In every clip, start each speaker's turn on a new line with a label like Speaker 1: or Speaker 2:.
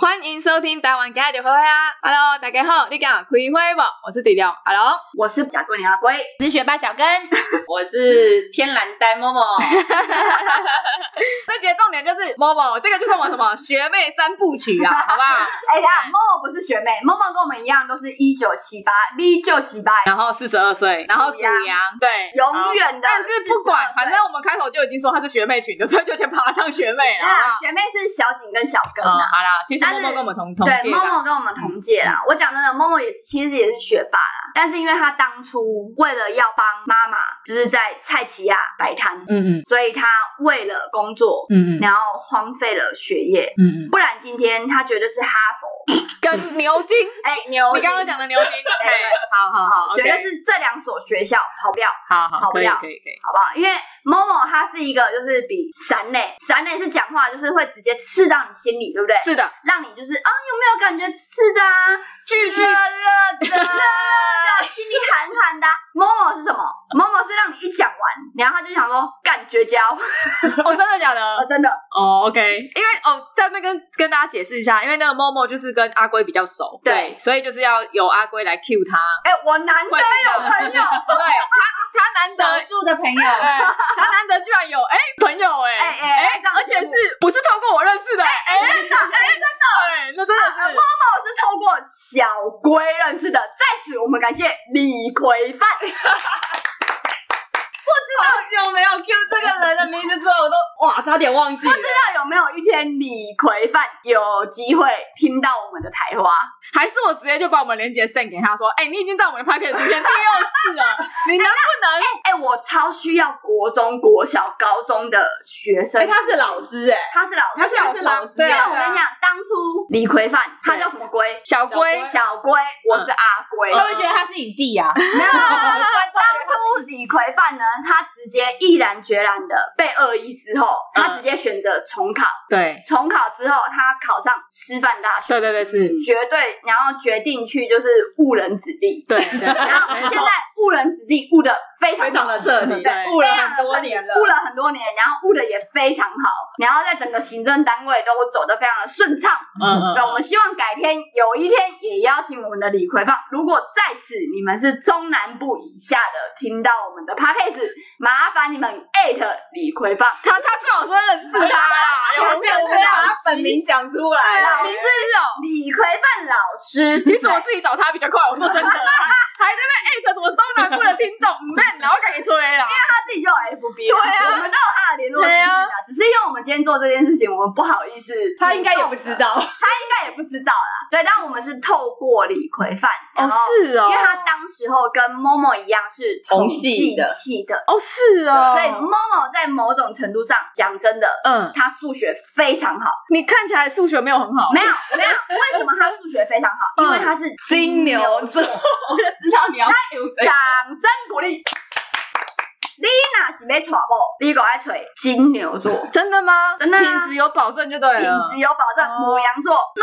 Speaker 1: 欢迎收听台湾家的灰灰啊！Hello，大家好，你敢开会不？我是迪亮阿龙，
Speaker 2: 我是甲龟林阿龟，
Speaker 3: 我是学霸小根，
Speaker 4: 我是天蓝呆默默。
Speaker 1: 这节重点就是 Momo，这个就是我什么学妹三部曲啊，好不好？
Speaker 2: 哎呀，默默不是学妹，默默跟我们一样都是一九七八，V 九七八，
Speaker 1: 然后四十二岁，然后属
Speaker 2: 羊
Speaker 1: 羊，对，
Speaker 2: 永远的。
Speaker 1: 但是不管，反正我们开头就已经说她是学妹群的，所以就先把她当学妹了，好不
Speaker 2: 啊
Speaker 1: 好，？
Speaker 2: 学妹是小景跟小根
Speaker 1: 嗯，
Speaker 2: 啊。
Speaker 1: 好啦，其实
Speaker 2: 但
Speaker 1: 默
Speaker 2: 是
Speaker 1: 默跟我们同同
Speaker 2: 对，
Speaker 1: 届嗯
Speaker 2: 默
Speaker 1: 的，
Speaker 2: 默跟我们同届啦。我讲真的，默默也是其实也是学霸啦，但是因为她当初为了要帮妈妈，就是在蔡奇亚摆摊，
Speaker 1: 嗯嗯
Speaker 2: 所以她为了工作，
Speaker 1: 嗯嗯
Speaker 2: 然后荒废了学业。
Speaker 1: 嗯嗯，
Speaker 2: 不然今天她绝对是哈佛，
Speaker 1: 跟牛津，
Speaker 2: 哎、牛津，
Speaker 1: 你刚刚讲的牛津，对
Speaker 2: 对，
Speaker 1: 好好好
Speaker 2: 绝对
Speaker 1: ，OK，
Speaker 2: 是这两所学校跑不了。
Speaker 1: 好好，
Speaker 2: 跑
Speaker 1: 可
Speaker 2: 不
Speaker 1: 以
Speaker 2: 了
Speaker 1: 可以可以。
Speaker 2: 好不好？因为 Momo 他是一个就是比闪磊，闪磊是讲话就是会直接刺到你心里，对不对？
Speaker 1: 是的，
Speaker 2: 让你就是啊，有没有感觉刺的啊？
Speaker 1: 聚 集
Speaker 2: 热热的，热热的，心里寒寒的啊、Momo 是什么？Momo 是让你一讲完，然后他就想说干绝交，
Speaker 1: 哦，真的假的？
Speaker 2: 哦真的，
Speaker 1: 哦，OK，因为哦，在那跟跟大家解释一下，因为那个默默就是跟阿龟比较熟，
Speaker 2: 对
Speaker 1: 所以就是要由阿龟来 cue 他，
Speaker 2: 哎、我难得
Speaker 1: 会比较
Speaker 2: 有朋友，
Speaker 1: 对他，他难
Speaker 3: 少
Speaker 1: 得。
Speaker 3: 数的朋友，
Speaker 1: 对，他难得居然有哎、朋友哎
Speaker 2: 哎哎哎上
Speaker 1: 而且
Speaker 2: 节
Speaker 1: 是
Speaker 2: 目
Speaker 1: 不是透过我认识的哎哎哎
Speaker 2: 真的，
Speaker 1: 对，那真的
Speaker 2: 啊
Speaker 1: 是
Speaker 2: 我是透过小龟认识的，在此我们感谢李逵范。
Speaker 4: 好久没有 Q 这个人的名字之后，我都哇差点忘记了。
Speaker 2: 不知道有没有一天李逵范有机会听到我们的台花？
Speaker 1: 还是我直接就把我们连接 send 给他说，哎、你已经在我们的 p a c k e 出现第六次了， 你能不能？
Speaker 2: 哎、我超需要国中、国小、高中的学生。
Speaker 4: 哎，他是老师哎，
Speaker 2: 他是老师，
Speaker 4: 他是老师
Speaker 2: 吗
Speaker 4: 对
Speaker 2: 因为
Speaker 4: 啊
Speaker 2: 我跟你讲，当初李逵范他
Speaker 1: 对
Speaker 2: 叫什么龟？
Speaker 1: 小龟嗯
Speaker 2: 小龟，我是阿龟。
Speaker 3: 会不会觉得他是你弟呀、啊？
Speaker 2: 没有， 当初李逵范呢，他直接毅然决然的被二一之后，他
Speaker 1: 嗯
Speaker 2: 直接选择重考。
Speaker 1: 对
Speaker 2: 重考之后，他考上师范大学。
Speaker 1: 嗯对对对是，
Speaker 2: 绝对，然后决定去就是误人子弟，
Speaker 1: 对对，
Speaker 2: 然后
Speaker 1: 没
Speaker 2: 现
Speaker 1: 错
Speaker 2: 在误人子弟误的非常
Speaker 4: 非常的彻底，
Speaker 2: 对
Speaker 4: 误了很多年了。
Speaker 2: 误了很多年，然后误的也非常好，然后在整个行政单位都走得非常的顺畅。
Speaker 1: 嗯嗯
Speaker 2: 那、我们希望改天有一天也邀请我们的李逵放。如果在此你们是中南部以下的，听到我们的 podcast，麻烦你们艾特李逵放。
Speaker 1: 他他最好是认识他 啦，有
Speaker 4: 我
Speaker 1: 人
Speaker 4: 这
Speaker 1: 想
Speaker 4: 样
Speaker 1: 这
Speaker 4: 子把
Speaker 1: 样
Speaker 4: 他，本名讲出
Speaker 1: 对
Speaker 4: 来
Speaker 1: 啊，
Speaker 4: 了
Speaker 1: 名。字哦。
Speaker 2: 李逵范老师，
Speaker 1: 其实我自己找他比较快，我说真 的，还在那边艾特什么中南部的听众，嗯唔免啦，我赶紧催啦。
Speaker 2: 他自己就有 FB，了
Speaker 1: 对啊
Speaker 2: 我们都有他的联络资讯
Speaker 1: 对
Speaker 2: 啊。只是因为我们今天做这件事情，我们不好意思，
Speaker 4: 他应该也不知，道，
Speaker 2: 应该也不知道啦。对，但我们是透过李逵范，然后
Speaker 1: 是哦
Speaker 2: 因为他当时候跟 Momo 一样是
Speaker 4: 同
Speaker 2: 系
Speaker 4: 系的
Speaker 2: 系的，
Speaker 1: 哦是哦，
Speaker 2: 所以 Momo 在某种程度上讲真的，
Speaker 1: 嗯，
Speaker 2: 他数学非常好。
Speaker 1: 你看起来数学没有很好
Speaker 2: 没，有，没有，为什么他数学非常好？
Speaker 1: 嗯
Speaker 2: 因为他是
Speaker 4: 金牛座，我就知道 你要 Q 这
Speaker 2: 掌
Speaker 4: 个。
Speaker 2: 声鼓励。你若是要娶某，你个爱娶金牛座，
Speaker 1: 真的吗？
Speaker 2: 真的啊
Speaker 1: 品质有保证就对
Speaker 2: 品
Speaker 1: 了。
Speaker 2: 质有保证。
Speaker 1: 哦
Speaker 2: 母羊座
Speaker 1: 你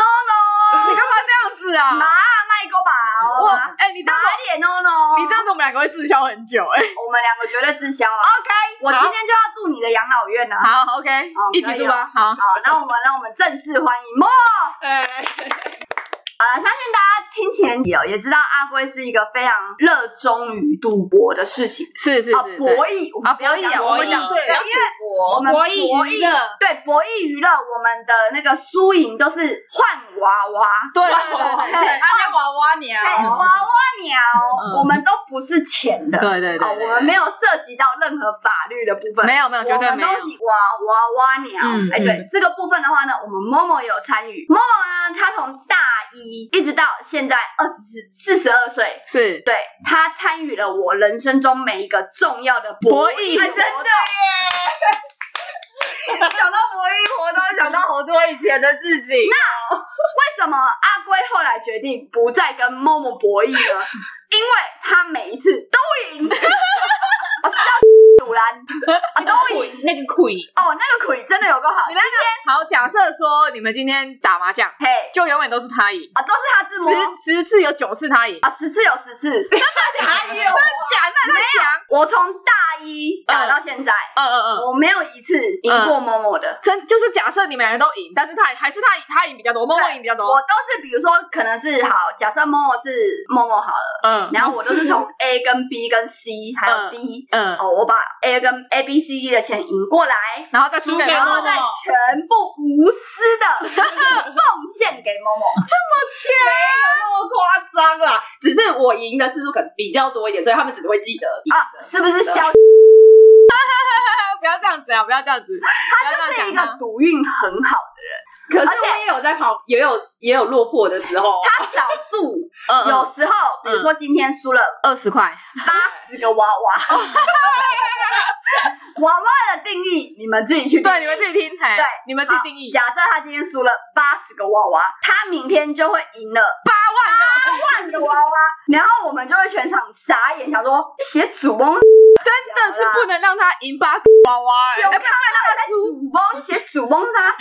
Speaker 1: 干
Speaker 2: ，no
Speaker 1: 嘛这样子
Speaker 2: no，
Speaker 1: 啊
Speaker 2: 马？麦哥宝，
Speaker 1: 我
Speaker 2: 马
Speaker 1: 哎，你这样子，
Speaker 2: 脸 no no，
Speaker 1: 你这样子，我们两个会滞销很久哎。
Speaker 2: 我们两个绝对滞销啊！
Speaker 1: OK，
Speaker 2: 我今天就要住你的养老院啊！
Speaker 1: 好好 OK，
Speaker 2: 哦
Speaker 1: 一起住吧。好，
Speaker 2: 好，那我们让我们正式欢迎 Momo
Speaker 4: 哎，
Speaker 2: 啊，相信大家听前有也知道阿龟是一个非常热衷于赌博的事情
Speaker 1: 是是
Speaker 2: 啊，
Speaker 1: 是，
Speaker 2: 博弈
Speaker 1: 啊博弈啊，我们讲对
Speaker 2: 对，因
Speaker 1: 了。
Speaker 2: 为我
Speaker 4: 我
Speaker 2: 们
Speaker 3: 博
Speaker 2: 博
Speaker 3: 弈娱乐
Speaker 2: 弈。对博弈娱乐，我们的那个输赢都是换娃娃、
Speaker 1: 对对对对对
Speaker 4: 他在娃娃娘，
Speaker 2: 哎娃娃
Speaker 1: 嗯
Speaker 2: 鸟，我们都不是钱的，
Speaker 1: 对对
Speaker 2: 啊，
Speaker 1: 对，
Speaker 2: 我们没有涉及到任何法律的部分，
Speaker 1: 没有没有，绝对没有
Speaker 2: 我们。都喜娃娃娃鸟。
Speaker 1: 嗯
Speaker 2: 哎、对、
Speaker 1: 嗯
Speaker 2: 这个部分的话呢，我们 Momo 也有参与。Momo 啊呢，他从大一一直到现在二十四四十二岁，
Speaker 1: 是
Speaker 2: 对他参与了我人生中每一个重要的
Speaker 1: 博
Speaker 2: 博
Speaker 1: 弈
Speaker 2: 哎真的
Speaker 4: 想到博弈活动，想到好多以前的自己。
Speaker 2: 为什么阿龟后来决定不再跟 Momo 博弈呢？ 因为他每一次都赢。我笑赌兰，啊都赢
Speaker 3: 那个鬼，
Speaker 2: 哦，那个鬼真的有够好
Speaker 1: 你，那个好，假设说你们今天打麻将，
Speaker 2: 嘿，
Speaker 1: 就永远都是他赢，
Speaker 2: 啊，都是他自是吗？
Speaker 1: 十十次有九次他赢，
Speaker 2: 啊，十次有十次，
Speaker 4: 还有
Speaker 1: 假那太强，
Speaker 2: 我从大一打到现在，
Speaker 1: 嗯嗯嗯，
Speaker 2: 我没有一次赢过某某的。
Speaker 1: 真就是假设你们两个都赢，但是他还是他他赢比较多，默默赢比较
Speaker 2: 我
Speaker 1: 多，
Speaker 2: 都是，比如说，可能是好，假设某某是某某好了，
Speaker 1: 嗯
Speaker 2: 然后我都 是从 A 跟 B 跟 C 还有
Speaker 1: 嗯
Speaker 2: D，
Speaker 1: 嗯，
Speaker 2: 哦，我把 A 跟 A B C D 的钱赢过来，
Speaker 1: 然后再输给
Speaker 4: 输给
Speaker 2: 然
Speaker 1: 他，
Speaker 2: 后再全部无 私的奉献给某某。
Speaker 4: 啊那么夸张啦，只是我赢的次数可能比较多一点，所以他们只会记得赢
Speaker 2: 啊，
Speaker 4: 的。
Speaker 2: 是不是肖
Speaker 1: 不要这样子啊，不要这样子，不要这
Speaker 2: 是
Speaker 1: 样
Speaker 2: 一
Speaker 1: 讲
Speaker 2: 个
Speaker 1: 他。
Speaker 2: 赌运很好的人？
Speaker 4: 可
Speaker 2: 而
Speaker 4: 是
Speaker 2: 且
Speaker 4: 我也有在跑，也有也有落魄的时候哦。
Speaker 2: 他少数
Speaker 1: 嗯，
Speaker 2: 有时候，比如说今 天输了
Speaker 1: 二十块，
Speaker 2: 八十个娃娃， 娃娃的定义你们自己去定
Speaker 1: 对，你们自己听，对
Speaker 2: 对
Speaker 1: 你们自己定义。
Speaker 2: 假设他今天输了八十个娃娃，他明天就会赢了八万个娃娃，然后我们就会全场傻眼，想说你写主崩
Speaker 1: 真的是不能让他赢八十娃娃、欸，
Speaker 2: 有
Speaker 1: 哎不能让他输。
Speaker 2: 主崩，你写主崩啥？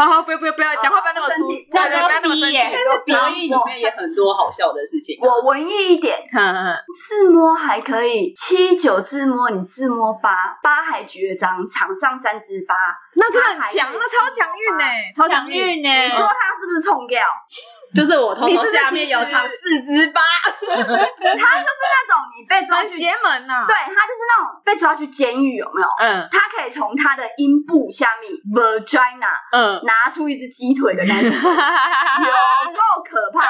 Speaker 1: 好好，不要不要不要，讲话不要那么粗，
Speaker 2: 生气
Speaker 1: 对对，不要那么生气
Speaker 3: 不要逼耶。
Speaker 4: 博弈里面也很多好笑的事情。啊
Speaker 2: 我文艺一点，
Speaker 1: 哼哼哼
Speaker 2: 自摸还可以，七九自摸你自摸八，八还绝章，场上三只八。
Speaker 1: 那真的很强，那超强运呢，超强运。
Speaker 3: 呢？
Speaker 2: 你说他是不是冲掉？
Speaker 4: 就是我偷
Speaker 1: 你
Speaker 4: 偷
Speaker 1: 是不是
Speaker 4: 下面有藏四只八，
Speaker 2: 他就是那种你被抓
Speaker 1: 很
Speaker 2: 去，
Speaker 1: 邪门呐、
Speaker 2: 对他就是那种被抓去监狱，有没有？
Speaker 1: 嗯
Speaker 2: 他可以从他的阴部下面 vagina
Speaker 1: 嗯，
Speaker 2: 拿出一只鸡腿 的感觉，有够可怕！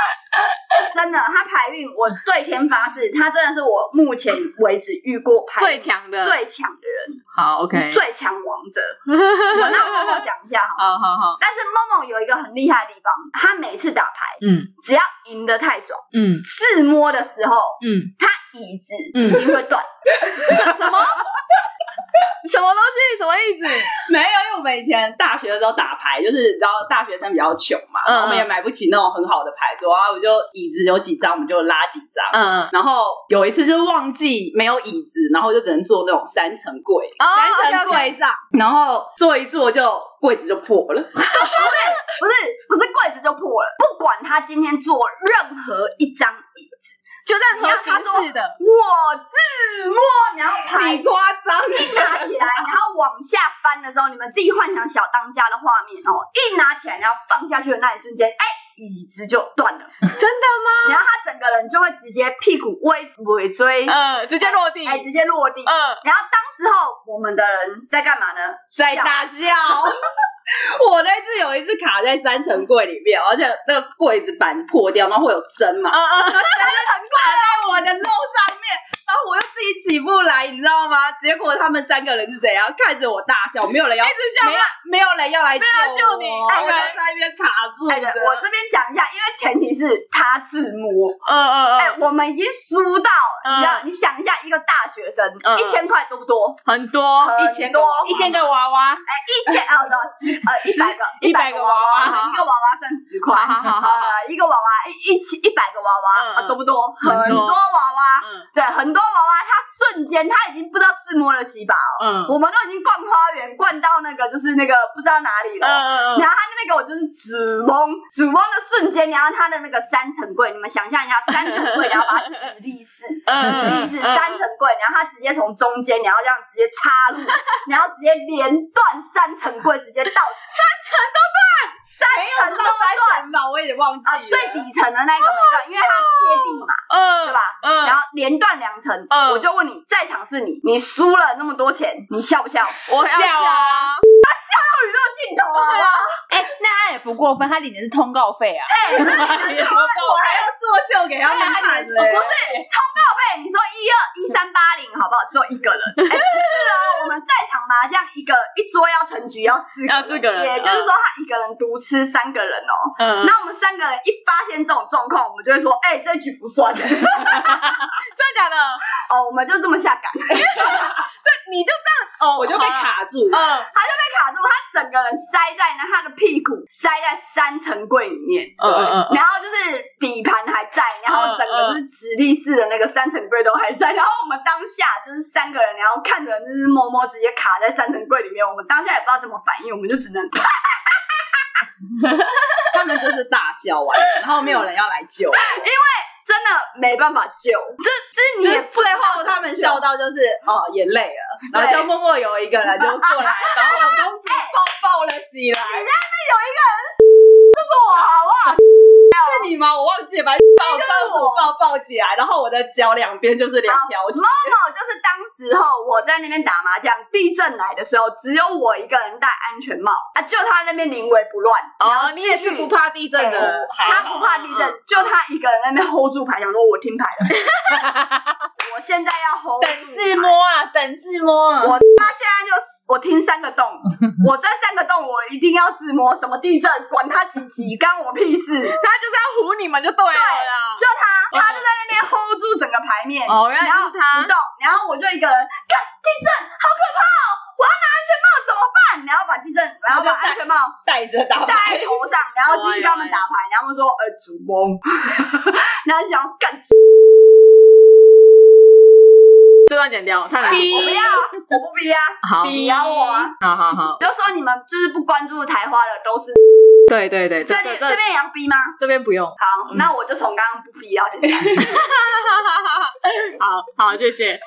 Speaker 2: 真的，他排运，我对天发誓，他真的是我目前为止遇过排
Speaker 1: 最
Speaker 2: 运
Speaker 1: 强的，
Speaker 2: 最强的人，
Speaker 1: 好 OK，
Speaker 2: 最强王 者。我那我讲一下哈，
Speaker 1: 好好好，
Speaker 2: 但是梦梦有一个很厉害的地方，他每次打牌
Speaker 1: 嗯
Speaker 2: 只要赢得太爽，
Speaker 1: 嗯
Speaker 2: 自摸的时候
Speaker 1: 嗯
Speaker 2: 椅子
Speaker 1: 嗯
Speaker 2: 一定会断。
Speaker 1: 这什么 什么东西？什么意思？
Speaker 4: 没有，因为我们以前大学的时候打牌，就是然后大学生比较穷嘛，
Speaker 1: 嗯
Speaker 4: 然后我们也买不起那种很好的牌桌啊，我就椅子有几张我们就拉几张。
Speaker 1: 嗯
Speaker 4: 然后有一次就是忘记没有椅子，然后就只能坐那种三层柜，
Speaker 1: 哦
Speaker 4: 三层
Speaker 1: OK，OK
Speaker 4: 柜上，然后坐一坐就柜子就破了。
Speaker 2: 不是不是柜子就破了，不管他今天坐任何一张椅，
Speaker 1: 就任何形式的，
Speaker 2: 我自摸，然后牌
Speaker 4: 你夸张，
Speaker 2: 拿起来，然后往下翻的时候，你们自己幻想小当家的画面哦，一拿起来然后放下去的那一瞬间，哎，椅子就断了，
Speaker 1: 真的吗？
Speaker 2: 然后他整个人就会直接屁股微尾椎，
Speaker 1: 嗯，直接落地，
Speaker 2: 哎，直接落地。
Speaker 1: 嗯，
Speaker 2: 然后当时候我们的人在干嘛呢？
Speaker 4: 在大笑。 我那次有一次卡在三层柜里面，而且那个柜子板破掉，然后会有针嘛，
Speaker 1: 嗯嗯，
Speaker 4: 在我的肉上面，然后我又自己起不来，你知道吗？结果他们三个人是怎样看着我大笑，没有人要，
Speaker 1: 一直笑
Speaker 4: 没有没有人要来救
Speaker 1: 啊没有人救你
Speaker 4: 我我
Speaker 1: OK
Speaker 4: 就在那边卡住
Speaker 2: 哎，对，
Speaker 4: 着
Speaker 2: 我这边讲一下，因为前提是他自摸，
Speaker 1: 嗯嗯
Speaker 2: 哎、
Speaker 1: 嗯，
Speaker 2: 我们已经输到，
Speaker 1: 嗯
Speaker 2: 你知道？你想一下，一个大学生
Speaker 1: 嗯
Speaker 2: 一千块多不多？
Speaker 1: 很多，
Speaker 4: 一千
Speaker 2: 很哦多，
Speaker 3: 一千个娃娃，
Speaker 2: 哎，一千哦，对，十呃一百个，
Speaker 1: 一
Speaker 2: 百
Speaker 1: 百
Speaker 2: 个
Speaker 1: 个
Speaker 2: 娃
Speaker 1: 娃娃
Speaker 2: 一个娃娃算十块，
Speaker 1: 好好好好好
Speaker 2: 呃一个娃娃一一千一百个娃
Speaker 1: 嗯
Speaker 2: 娃啊，
Speaker 1: 嗯
Speaker 2: 多不多？
Speaker 1: 很多
Speaker 2: 很多娃娃，
Speaker 1: 嗯
Speaker 2: 对，很多娃娃，他瞬间他已经不知道自摸了几把哦，
Speaker 1: 嗯
Speaker 2: 我们都已经逛花园，逛到那个就是那个不知道哪里
Speaker 1: 嗯
Speaker 2: 了。
Speaker 1: 嗯嗯，
Speaker 2: 然后他那边给我就是指蒙，指蒙的瞬间，然后他的那个三层柜，你们想象一下，三层 柜，然后把它直立式，
Speaker 1: 嗯嗯嗯
Speaker 2: 直立式三层柜，然后他直接从中间，然后这样直接 插入，然后直接连断三层柜，直接到三层都
Speaker 4: 没有到
Speaker 2: 断，
Speaker 4: 三层吧，我有点忘记
Speaker 2: 三层都断啊，最
Speaker 4: 了。
Speaker 2: 底层的那个没断，因为它贴地嘛，
Speaker 1: 嗯，
Speaker 2: 对吧？
Speaker 1: 嗯，
Speaker 2: 然后连断两层，
Speaker 1: 嗯
Speaker 2: 我就问你，在场是你，你输了那么多钱，你笑不笑？
Speaker 1: 我要
Speaker 3: 笑
Speaker 1: 啊，
Speaker 2: 镜头
Speaker 1: 嗯
Speaker 2: 啊，
Speaker 3: 哎，那他也不过分，他领的是通告费啊。
Speaker 1: 哎啊
Speaker 4: 我还要作秀给他们看嘞，
Speaker 2: 对，你说一二一三八零好不好？只有一个 人，哎，不是啊，我们在场麻将一个一桌要成局要四
Speaker 1: 要四个人
Speaker 2: 也就是说他一个人独吃三个人哦。
Speaker 1: 嗯，
Speaker 2: 那我们三个人一发现这种状况，我们就会说，哎，这局不算的
Speaker 1: 真的假的？
Speaker 2: 哦，我们就这么下岗。
Speaker 1: 你就这样哦，
Speaker 4: 我就被卡住。
Speaker 1: 好啦，哦
Speaker 2: 被卡住，他整个人塞在那他的屁股塞在三层柜里面。
Speaker 1: 嗯嗯嗯嗯，
Speaker 2: 然后就是底盘还在，然后整个就是直立式的那个三层柜都还在。然后我们当下就是三个人，然后看着就是摸摸直接卡在三层柜里面，我们当下也不知道怎么反应，我们就只能
Speaker 4: 他们就是大笑完，然后没有人要来救，
Speaker 2: 真的没办法救，这这
Speaker 4: 就
Speaker 2: 你也
Speaker 4: 是
Speaker 2: 不
Speaker 4: 最后他们笑到就是哦也累了，然后就默默有一个人就过来，然后把公主抱抱了起来，
Speaker 2: 做好不好？
Speaker 4: 是你吗？我忘记了，把抱公主抱抱起来，然后我的脚两边就是两条线，
Speaker 2: 哦，就是当时候我在那边打麻将，地震来的时候，只有我一个人戴安全帽啊，就他那边临危不乱，哎
Speaker 1: 哦，你也是不怕地震的，
Speaker 2: 他不怕地震，
Speaker 3: 嗯
Speaker 2: 就他一个人在那边 hold 住牌，想说我听牌了， 我现在要 hold
Speaker 3: 等
Speaker 2: 住
Speaker 3: 自
Speaker 2: 牌，
Speaker 3: 摸啊，等自摸啊。
Speaker 2: 我他现在就。我听三个 洞，我这三个洞我一定要自摸，什么地震管他几级，干我屁事。
Speaker 1: 他就是要唬你们就对了啦。
Speaker 2: 就他，他就在那边 hold 住整个牌面，
Speaker 1: 哦，原来
Speaker 2: 然后
Speaker 1: 就是他
Speaker 2: 不。动，然后我就一个人，看地震，好可怕哦！我要拿安全帽怎么办？然后把地震，然后把安全帽
Speaker 4: 带着打
Speaker 2: 戴在
Speaker 4: 牌。
Speaker 2: 头上，然后继续跟他们打牌，然后他们说呃主翁， 然后想要干，
Speaker 1: 这段剪掉，太难。
Speaker 2: 我不要，啊，我不逼啊，
Speaker 1: 好，
Speaker 2: 你咬我啊！
Speaker 1: 好好好，
Speaker 2: 就说你们就是不关注台花的都是，
Speaker 1: 对对对，这
Speaker 2: 这
Speaker 1: 这
Speaker 2: 里
Speaker 1: 这
Speaker 2: 这边也要逼吗？
Speaker 1: 这边不用。
Speaker 2: 好，
Speaker 1: 嗯
Speaker 2: 那我就从刚刚不逼到 现在。
Speaker 1: 好好，谢谢。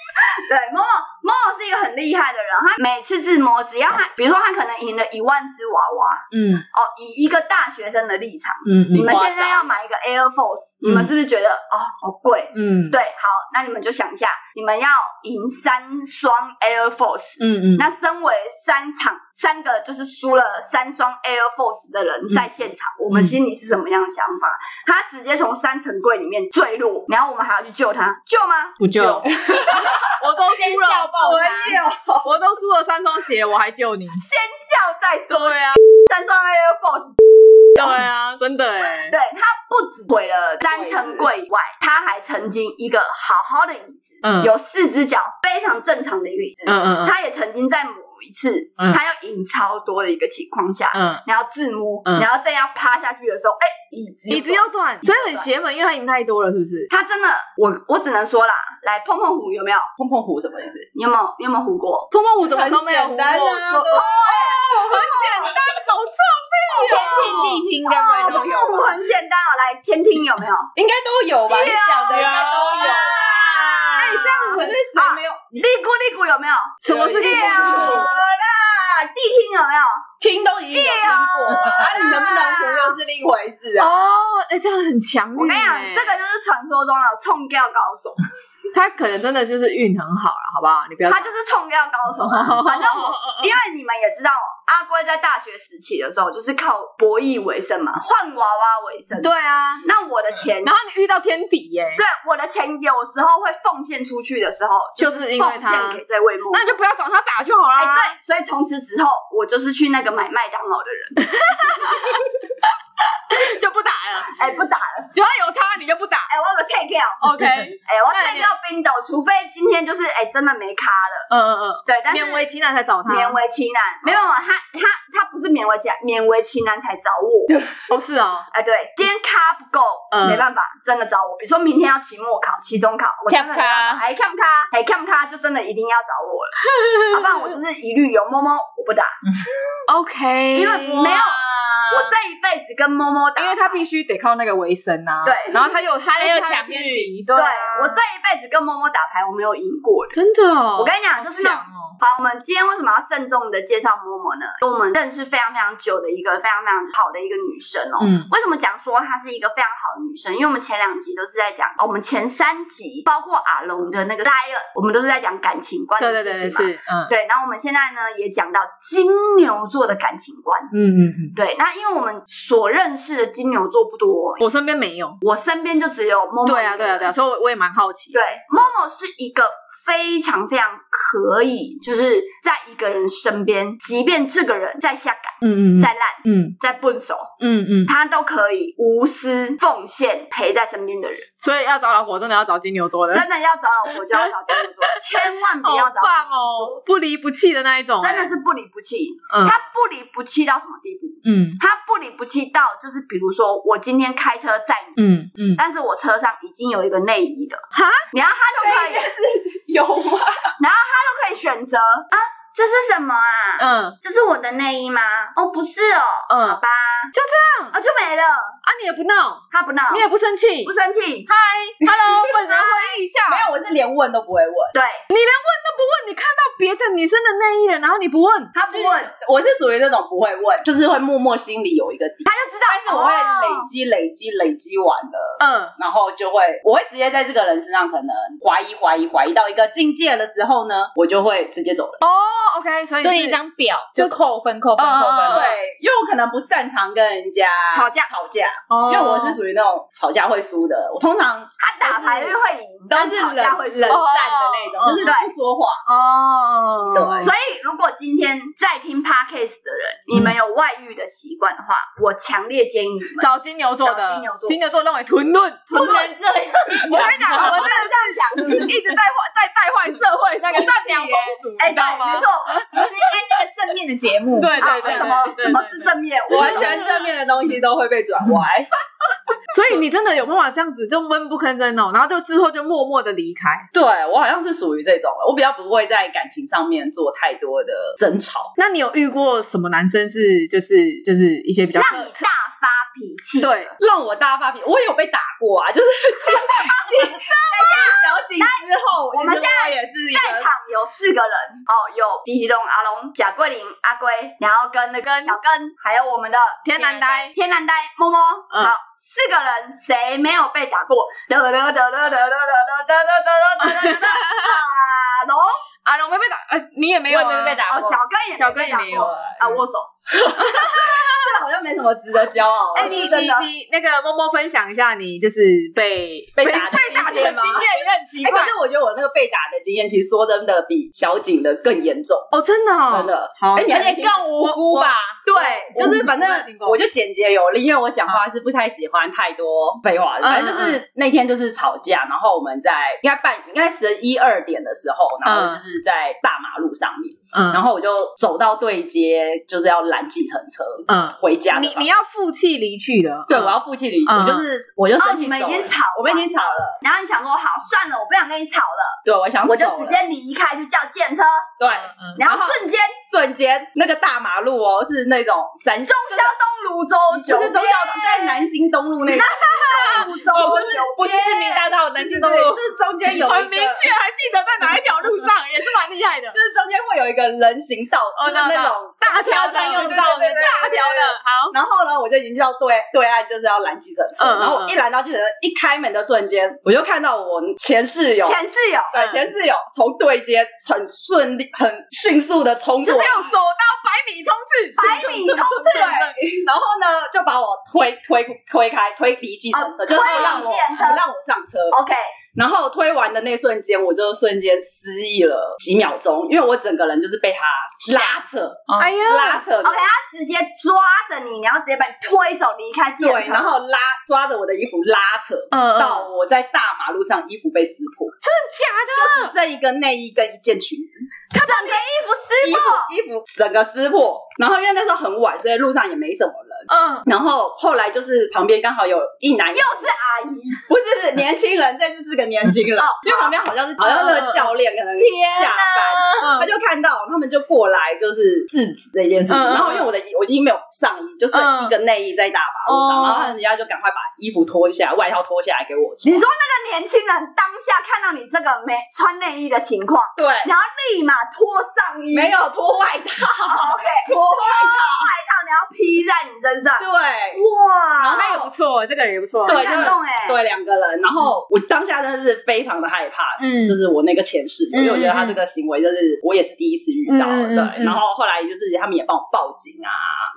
Speaker 2: 对，某某某某是一个很厉害的人，他每次自摸，只要他，比如说他可能赢了一万只娃娃，
Speaker 1: 嗯
Speaker 2: 哦，以一个大学生的立场。
Speaker 1: 嗯
Speaker 2: 你
Speaker 1: 嗯
Speaker 2: 们现在要买一个 Air Force，、
Speaker 1: 嗯
Speaker 2: 你们是不是觉得哦好贵？
Speaker 1: 嗯
Speaker 2: 对，好，那你们就想一下，你们要赢三双 Air Force，、
Speaker 1: 嗯嗯，
Speaker 2: 那身为三场三个就是输了三双 Air Force 的人
Speaker 1: 嗯
Speaker 2: 在现场，我们心里是什么样的想法？他直接从三层柜里面坠落，然后我们还要去救他，救吗？
Speaker 1: 不救
Speaker 2: 救
Speaker 1: 我都输了，
Speaker 3: 爆他
Speaker 4: 没有，
Speaker 1: 我都输了三双鞋，我还救你。
Speaker 2: 先 笑再说，
Speaker 1: 对啊，
Speaker 2: 三双 Air Force
Speaker 1: 对啊，真的哎。
Speaker 2: 对他不止毁了三层柜以外，他还曾经一个好好的椅子，
Speaker 1: 嗯
Speaker 2: 有四只脚，非常正常的一个椅子。
Speaker 1: 嗯嗯嗯
Speaker 2: 他也曾经在某一次，
Speaker 1: 嗯
Speaker 2: 他要赢超多的一个情况下，
Speaker 1: 嗯，
Speaker 2: 然后自摸，
Speaker 1: 嗯
Speaker 2: 然后正要趴下去的时候，哎、椅子
Speaker 1: 椅子又断，所以很邪门，因为他赢太多了，是不是？
Speaker 2: 他真的，我我只能说啦，来碰碰虎有没有？
Speaker 4: 碰碰虎什么意思？
Speaker 2: 你有没有？你有没有虎过？
Speaker 1: 碰碰舞怎么都没有
Speaker 4: 很
Speaker 1: 胡
Speaker 4: 简单啊
Speaker 1: 过，就
Speaker 4: 对
Speaker 1: 哦，很简单，好啊臭。
Speaker 3: 天听地听，该不会
Speaker 2: 碰
Speaker 3: 都有
Speaker 2: 碰虎
Speaker 3: 吧？
Speaker 2: 很简单哦，来天听有没有？
Speaker 4: 应该都有吧？你讲的应该都有。啊
Speaker 1: 哎，这样
Speaker 4: 可
Speaker 1: 很
Speaker 4: 是谁没有？
Speaker 2: 利咕利咕有没有？
Speaker 1: 什么是
Speaker 4: 有一点
Speaker 1: 地
Speaker 4: 有
Speaker 1: 方？
Speaker 2: 啦，地听有没有？
Speaker 4: 听都已经有听过了，啊，你能不能胡又是另一回事啊。
Speaker 1: 哦，哎，这样很强运。欸
Speaker 2: 我跟你讲，
Speaker 1: 嗯
Speaker 2: 这个就是传说中的冲吊高手。
Speaker 1: 他可能真的就是运很好了，好不好？你不要
Speaker 2: 他就是冲掉高手啊。
Speaker 1: 哦
Speaker 2: 反正我，因为你们也知道，阿龟在大学时期的时候就是靠博弈为生嘛，换娃娃为生。
Speaker 1: 对啊，
Speaker 2: 那我的钱，
Speaker 1: 然后你遇到天敌耶、
Speaker 2: 对我的钱有时候会奉献出去的时候，
Speaker 1: 就是因为
Speaker 2: 奉
Speaker 1: 他啊
Speaker 2: 献，给这位木。
Speaker 1: 那你就不要找他打就好
Speaker 2: 哎、
Speaker 1: 啦。
Speaker 2: 对，所以从此之后，我就是去那个买麦当劳的人。
Speaker 1: 就不打了。
Speaker 2: 哎、不打了，
Speaker 1: 只要有他，你就不打。
Speaker 2: 哎、我有个 take 掉，
Speaker 1: OK，
Speaker 2: 哎、我
Speaker 1: 哦那
Speaker 2: take
Speaker 1: 你
Speaker 2: 掉冰斗，除非今天就是哎、真的没咖了，
Speaker 1: 嗯嗯嗯，
Speaker 2: 对，但是
Speaker 1: 勉为其难才找他。
Speaker 2: 勉为其难，没有啊，他他他不是勉为其难，勉为其难才找我。
Speaker 1: 哦，是哦，
Speaker 2: 哎，对，今天咖不够，
Speaker 1: 嗯
Speaker 2: 没办法，真的找我。比如说明天要期末考、期中考，我真的没办法
Speaker 3: 欠咖
Speaker 2: 还看咖，还看咖，就真的一定要找我了，要不然我就是一律有摸摸，我不打，
Speaker 1: ，OK。
Speaker 2: 因为没有，我这一辈子跟摸摸打，
Speaker 1: 哎因为他必须得靠那个为生啊。
Speaker 2: 对
Speaker 1: 然后他又他
Speaker 3: 还有
Speaker 1: 他
Speaker 3: 抢
Speaker 1: 天
Speaker 3: 欲
Speaker 1: 敌，
Speaker 2: 对
Speaker 1: 对啊
Speaker 2: 我这一辈子跟摸摸打牌，我没有赢过的。
Speaker 1: 真的哦，
Speaker 2: 我跟你讲，就是那种
Speaker 3: 抢哦，
Speaker 2: 好，我们今天为什么要慎重的介绍摸摸呢？我们认识非常非常久的一个非常非常好的一个女生哦。
Speaker 1: 嗯
Speaker 2: 为什么讲说她是一个非常好的女生？因为我们前两集都是在讲，哦我们前三集包括阿龙的那个 Lion，我们都是在讲感情观
Speaker 1: 对
Speaker 2: 的
Speaker 1: 对
Speaker 2: 事
Speaker 1: 对
Speaker 2: 情嘛。
Speaker 1: 对是，嗯
Speaker 2: 对，然后我们现在呢也讲到金牛座的感情观。
Speaker 1: 嗯嗯嗯，
Speaker 2: 对，那因为我们所认识的金牛座不多，
Speaker 1: 我身边没有。
Speaker 2: 我身边就只有 Momo
Speaker 1: 对啊对啊对啊，所以我我也蛮好奇。
Speaker 2: 对，Momo 是一个非常非常可以，就是在一个人身边，即便这个人再下岗、
Speaker 1: 嗯嗯嗯
Speaker 2: 再烂、
Speaker 1: 嗯
Speaker 2: 再笨手，
Speaker 1: 嗯嗯，
Speaker 2: 他都可以无私奉献陪在身边的人。
Speaker 1: 所以要找老婆真的要找金牛 座的，
Speaker 2: 真的要找老婆就要找金牛座，千万不
Speaker 1: 好
Speaker 2: 要找
Speaker 1: 棒哦，不离不弃的那一种。
Speaker 2: 真的是不离不弃。
Speaker 1: 嗯
Speaker 2: 他不离不弃到什么地步？
Speaker 1: 嗯
Speaker 2: 他不离不弃到就是，比如说我今天开车载你，
Speaker 1: 嗯嗯，
Speaker 2: 但是我车上已经有一个内衣了，
Speaker 1: 哈，
Speaker 2: 然后他就可以，他
Speaker 4: 有吗？
Speaker 2: 都可以选择啊，这是什么啊？
Speaker 1: 嗯
Speaker 2: 这是我的内衣吗？哦，不是哦，
Speaker 1: 嗯，
Speaker 2: 好吧，
Speaker 1: 就
Speaker 2: 这样，哦，就没了。
Speaker 1: 啊，你也不闹，
Speaker 2: 他不闹，
Speaker 1: 你也不生气
Speaker 2: 不。生气，
Speaker 1: 嗨，Hello，本 人回忆一下，
Speaker 4: 没有，我是连问都不会问，
Speaker 2: 对
Speaker 1: 不问你看到别的女生的内衣了，然后你不问，
Speaker 2: 他不问，
Speaker 4: 我是属于那种不会问，就是会默默心里有一个底，
Speaker 2: 他就知道。
Speaker 4: 但是我会累积、累积、累积完了。
Speaker 1: 嗯，
Speaker 4: 然后就会，我会直接在这个人身上可能怀疑、怀疑、怀疑到一个境界的时候呢，我就会直接走人。
Speaker 1: 哦，OK，所以
Speaker 3: 所以一
Speaker 1: 是
Speaker 3: 张表
Speaker 1: 就
Speaker 3: 就是扣分、扣
Speaker 1: 嗯
Speaker 3: 分、
Speaker 1: 嗯
Speaker 3: 扣分。
Speaker 1: 嗯
Speaker 3: 对
Speaker 4: 对，因为我可能不擅长跟人家
Speaker 2: 吵架
Speaker 4: 吵架，
Speaker 1: 哦
Speaker 4: 因为我是属于那种吵架会输的，我通常
Speaker 2: 他打牌会赢，
Speaker 4: 都
Speaker 2: 但
Speaker 4: 是
Speaker 2: 吵
Speaker 4: 冷冷
Speaker 2: 架
Speaker 4: 战
Speaker 2: 会输
Speaker 4: 的。那
Speaker 1: 哦
Speaker 4: 种，就是
Speaker 2: 对
Speaker 4: 不说话。
Speaker 1: 哦，
Speaker 4: 对
Speaker 2: 所以，如果今天在听 podcast 的人，你们有外遇的习惯的话，我强烈建议你们。
Speaker 1: 找金牛座的，
Speaker 2: 找金牛座
Speaker 1: 认为吞论。我
Speaker 3: 不能这样。
Speaker 1: 跟 你讲，我们真的这样讲，一直在坏，在带坏社会那个善良风俗，
Speaker 2: 哎，
Speaker 1: 你
Speaker 2: 对，
Speaker 1: 知道
Speaker 2: 没
Speaker 1: 吗？
Speaker 2: 错，
Speaker 3: 这个正面的节目，
Speaker 1: 对对对，
Speaker 2: 啊什么
Speaker 1: 对
Speaker 2: 什么是？
Speaker 1: 对对
Speaker 2: 正面，
Speaker 4: 我
Speaker 2: 我
Speaker 4: 很喜欢正面的东西都会被转歪。
Speaker 1: 所以你真的有办法这样子就闷不吭声哦，然后就之后就默默的离开。
Speaker 4: 对我好像是属于这种了，我比较不会在感情上面做太多的争吵。
Speaker 1: 那你有遇过什么男生是就是就是一些比较
Speaker 2: 让你大发脾气。
Speaker 1: 对
Speaker 4: 让我大发脾气，我也有被打过啊，就是 进进在小景之后，
Speaker 2: 我们
Speaker 4: 其实我也是一
Speaker 2: 在
Speaker 4: 个
Speaker 2: 场有四个人哦，有迪龙、阿龙、贾桂林、阿龟，然后跟那个
Speaker 1: 跟
Speaker 2: 小根，还有我们的
Speaker 1: 天南呆，
Speaker 2: 天南呆、摸摸。
Speaker 1: 嗯
Speaker 2: 好，四个人谁没有被打过？得得得得得得得得得得得得得得得，阿龙
Speaker 1: 阿龙没被打，呃，你也没有
Speaker 3: 我也
Speaker 1: 啊？
Speaker 3: 没被打
Speaker 2: 哦，小根也
Speaker 1: 小根也没有
Speaker 2: 被打过
Speaker 4: 哎
Speaker 2: 啊，握手。
Speaker 4: 这好像没什么值得骄傲哦的。
Speaker 1: 哎，你
Speaker 2: 是真
Speaker 1: 你
Speaker 2: 的
Speaker 1: 你那个默默分享一下，你就是被
Speaker 4: 被
Speaker 1: 被
Speaker 4: 打的
Speaker 1: 被打的经
Speaker 4: 经验吗
Speaker 1: 验，也很奇
Speaker 4: 哎，
Speaker 1: 怪
Speaker 4: 可是我觉得我那个被打的经验，其实说真的比小景的更严重，
Speaker 1: 哦，真的哦
Speaker 4: 真，的。
Speaker 1: 好
Speaker 4: 哎，你
Speaker 3: 而
Speaker 4: 还
Speaker 3: 且更无辜吧？
Speaker 4: 对，
Speaker 1: 我
Speaker 4: 就是
Speaker 1: 我
Speaker 4: 反
Speaker 1: 我没有听
Speaker 4: 正
Speaker 1: 过
Speaker 4: 我就简洁有力，因为我讲话是不太喜欢太多废话的。
Speaker 1: 嗯
Speaker 4: 反正就是那天就是吵架，然后我们在应该半应该十一二点的时候，然后就是在大马路上面，
Speaker 1: 嗯，
Speaker 4: 然后我就走到对街，就是要拦计程车
Speaker 1: 嗯，
Speaker 4: 回家的
Speaker 1: 你
Speaker 4: 方向。
Speaker 1: 你要负气离去了，
Speaker 4: 对，
Speaker 1: 嗯
Speaker 4: 我要负气离，
Speaker 1: 嗯
Speaker 4: 我就是我就
Speaker 2: 哦，
Speaker 4: 生
Speaker 2: 你
Speaker 4: 气
Speaker 2: 们已
Speaker 4: 走
Speaker 2: 经
Speaker 4: 了
Speaker 2: 吵了，
Speaker 4: 我们已经吵了，
Speaker 2: 然后你想说好算了，我不想跟你吵了，
Speaker 4: 对我想
Speaker 2: 我就
Speaker 4: 走
Speaker 2: 直
Speaker 4: 了
Speaker 2: 接离开，去叫电车，
Speaker 4: 对，
Speaker 1: 嗯嗯
Speaker 2: 然后瞬间
Speaker 4: 瞬间那个大马路哦是那种三中
Speaker 2: 中山东泸州
Speaker 4: 就
Speaker 2: 酒
Speaker 4: 是中
Speaker 2: 店，
Speaker 4: 校在南京东路那 边，
Speaker 2: 泸州
Speaker 4: 哦不
Speaker 2: 酒 店
Speaker 3: 不是市民大道，南京东
Speaker 4: 对
Speaker 3: 路。
Speaker 4: 就是中间有一个
Speaker 1: 很明确，还记得在哪一条路上，也是蛮厉害的
Speaker 4: 就。是中间会有一个人行道，
Speaker 1: 哦，
Speaker 4: 就是
Speaker 1: 那
Speaker 4: 那种。
Speaker 1: 大条专用道那
Speaker 4: 对对对对
Speaker 1: 种，
Speaker 4: 对
Speaker 1: 大条的，好，
Speaker 4: 然后呢，我就已经知道对对岸就是要拦计程
Speaker 1: 嗯
Speaker 4: 车，
Speaker 1: 嗯嗯
Speaker 4: 然后我一拦到计程车，一开门的瞬间，我就看到我前室友，
Speaker 2: 前室友，
Speaker 4: 对
Speaker 1: 嗯
Speaker 4: 前室友从对街很顺利、很迅速的冲
Speaker 1: 就
Speaker 4: 过
Speaker 1: 是
Speaker 4: 来，
Speaker 1: 用手刀百米冲刺，
Speaker 2: 百米冲刺
Speaker 1: 对
Speaker 4: 然后呢就把我推推推开，推离计程车，
Speaker 2: 哦
Speaker 4: 就是不让我
Speaker 2: 推计程车
Speaker 4: 不让我上车。
Speaker 2: OK，
Speaker 4: 然后推完的那瞬间，我就瞬间失忆了几秒钟，因为我整个人就是被他拉扯、
Speaker 1: 哎呀，
Speaker 4: 拉扯的
Speaker 2: OK，他哦直接抓着你，然后直接把你推走，离开健
Speaker 4: 对，
Speaker 2: 身
Speaker 4: 然后拉抓着我的衣服拉扯，
Speaker 1: 嗯
Speaker 4: 到我在大马路上衣服被撕破，
Speaker 1: 假
Speaker 2: 嗯
Speaker 4: 就只剩一个内衣跟一件裙子，
Speaker 2: 他整个衣服
Speaker 4: 衣
Speaker 2: 湿
Speaker 4: 服
Speaker 2: 破，
Speaker 4: 衣服整个撕破。然后因为那时候很晚，所以路上也没什么人。
Speaker 1: 的，嗯，
Speaker 4: 然后后来就是旁边刚好有一男一
Speaker 2: 又是阿姨，
Speaker 4: 不是是年轻人，这次是个年轻人，因为旁边好像是好像是个教练，
Speaker 2: 哦
Speaker 4: 可能下班。他
Speaker 1: 嗯
Speaker 4: 就看到，他们就过来，就是制止这件事情。
Speaker 1: 嗯嗯嗯
Speaker 4: 然后因为我的我已经没有上衣，就剩一个内衣在大马路上，
Speaker 1: 嗯
Speaker 4: 然后人家就赶快把衣服脱下来，外套脱下来给我穿。
Speaker 2: 你说那个年轻人当下看到你这个没穿内衣的情况，
Speaker 4: 对？
Speaker 2: 然后立马脱上衣，
Speaker 4: 没有脱外套，
Speaker 2: ，OK，
Speaker 4: 脱外
Speaker 2: 外套然后披在你身上，
Speaker 4: 套，对
Speaker 2: 哇，
Speaker 1: 那也不错，这个人也不错，
Speaker 4: 对
Speaker 2: 很感动哎，
Speaker 4: 对，两个人。然后我当下真的是非常的害怕，
Speaker 1: 嗯
Speaker 4: 就是我那个前室友，
Speaker 1: 嗯
Speaker 4: 因为我觉得他这个行为就是我也是第一次遇到，
Speaker 1: 嗯嗯嗯
Speaker 4: 对。
Speaker 1: 嗯
Speaker 4: 然后后来就是他们也帮我报警啊，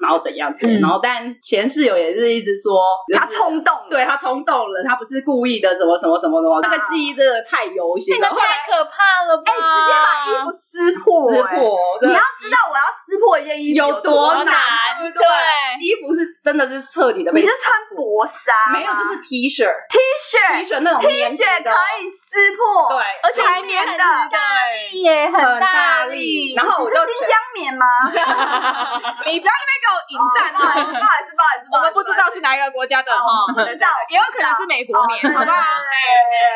Speaker 4: 然后怎样子，
Speaker 1: 嗯
Speaker 4: 然后但前室友也是一直说
Speaker 2: 他
Speaker 4: 就是
Speaker 2: 冲动，
Speaker 4: 对他冲动了，他不是故意的，什么什么什么什么，那个记忆真的太犹
Speaker 3: 那
Speaker 4: 新了。
Speaker 3: 个
Speaker 4: 后来
Speaker 3: 太可怕了吧！
Speaker 2: 哎，直接把衣服撕破，
Speaker 4: 撕
Speaker 2: 哎，
Speaker 4: 破，
Speaker 2: 你
Speaker 4: 真的
Speaker 2: 要知道我要撕破一件衣服
Speaker 4: 有多
Speaker 2: 难，
Speaker 4: 难，对不对
Speaker 3: 对
Speaker 4: 衣服是真的是彻底的被
Speaker 2: 你是穿薄纱吗，
Speaker 4: 没有，就是 T 恤
Speaker 2: T
Speaker 4: ，T
Speaker 2: 恤
Speaker 4: 恤那种
Speaker 2: T
Speaker 4: 棉质
Speaker 2: 恤
Speaker 4: 的，
Speaker 2: 可以撕破，
Speaker 4: 对，
Speaker 1: 而且还黏
Speaker 2: 很
Speaker 1: 着，
Speaker 2: 大
Speaker 1: 对，
Speaker 3: 也很
Speaker 4: 很大
Speaker 3: 力，
Speaker 4: 力。然后
Speaker 2: 你
Speaker 4: 我
Speaker 2: 是
Speaker 4: 就
Speaker 2: 新
Speaker 4: 全
Speaker 2: 疆棉吗？
Speaker 1: 你不要在那边给我
Speaker 2: 哦
Speaker 1: 引
Speaker 2: 不好意思，
Speaker 1: 战哦，
Speaker 2: 不好意思，不好意思，
Speaker 1: 我们不知道是哪一个国家的哈，
Speaker 2: 不哦知道，
Speaker 1: 也有可能是美国棉，好不好？
Speaker 2: 哎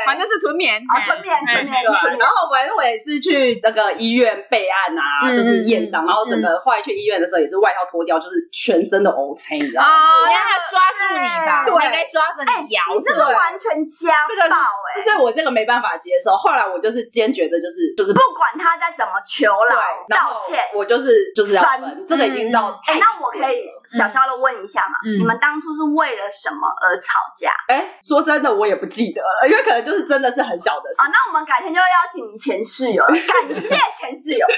Speaker 1: 反正是纯棉，
Speaker 2: 啊，纯棉，纯棉，纯
Speaker 4: 哎对，
Speaker 2: 棉
Speaker 4: 然。后反正我也是去那个医院备案啊，
Speaker 1: 嗯
Speaker 4: 就是验伤，然后整个后来去医院的时候也是外套脱掉，就是全身的 O C，你知道吗？
Speaker 1: 啊，
Speaker 3: 让
Speaker 1: 那
Speaker 2: 哎
Speaker 3: 他抓住你吧，
Speaker 4: 对
Speaker 3: 那该抓着你
Speaker 1: 哎
Speaker 3: 摇
Speaker 2: 你这
Speaker 3: 着。
Speaker 2: 个完全家
Speaker 4: 这个
Speaker 2: 暴哎、
Speaker 4: 所以我这个没办法接受。后来我就是坚决的，就是就是
Speaker 2: 不管他再怎么求饶
Speaker 4: 对，然后
Speaker 2: 道歉，
Speaker 4: 我就是就是要
Speaker 2: 分
Speaker 4: 分，这个已经到
Speaker 3: 嗯
Speaker 2: 哎、
Speaker 4: 太
Speaker 2: 那我可以
Speaker 4: 嗯
Speaker 2: 小小的问一下嘛、
Speaker 3: 嗯
Speaker 2: 你们当初是为了什么而吵架啊、
Speaker 4: 哎，说真的，我也不记得了，因为可能就是真的是很小的事。
Speaker 2: 哦那我们改天就邀请你前室 友了，感谢前室友。哦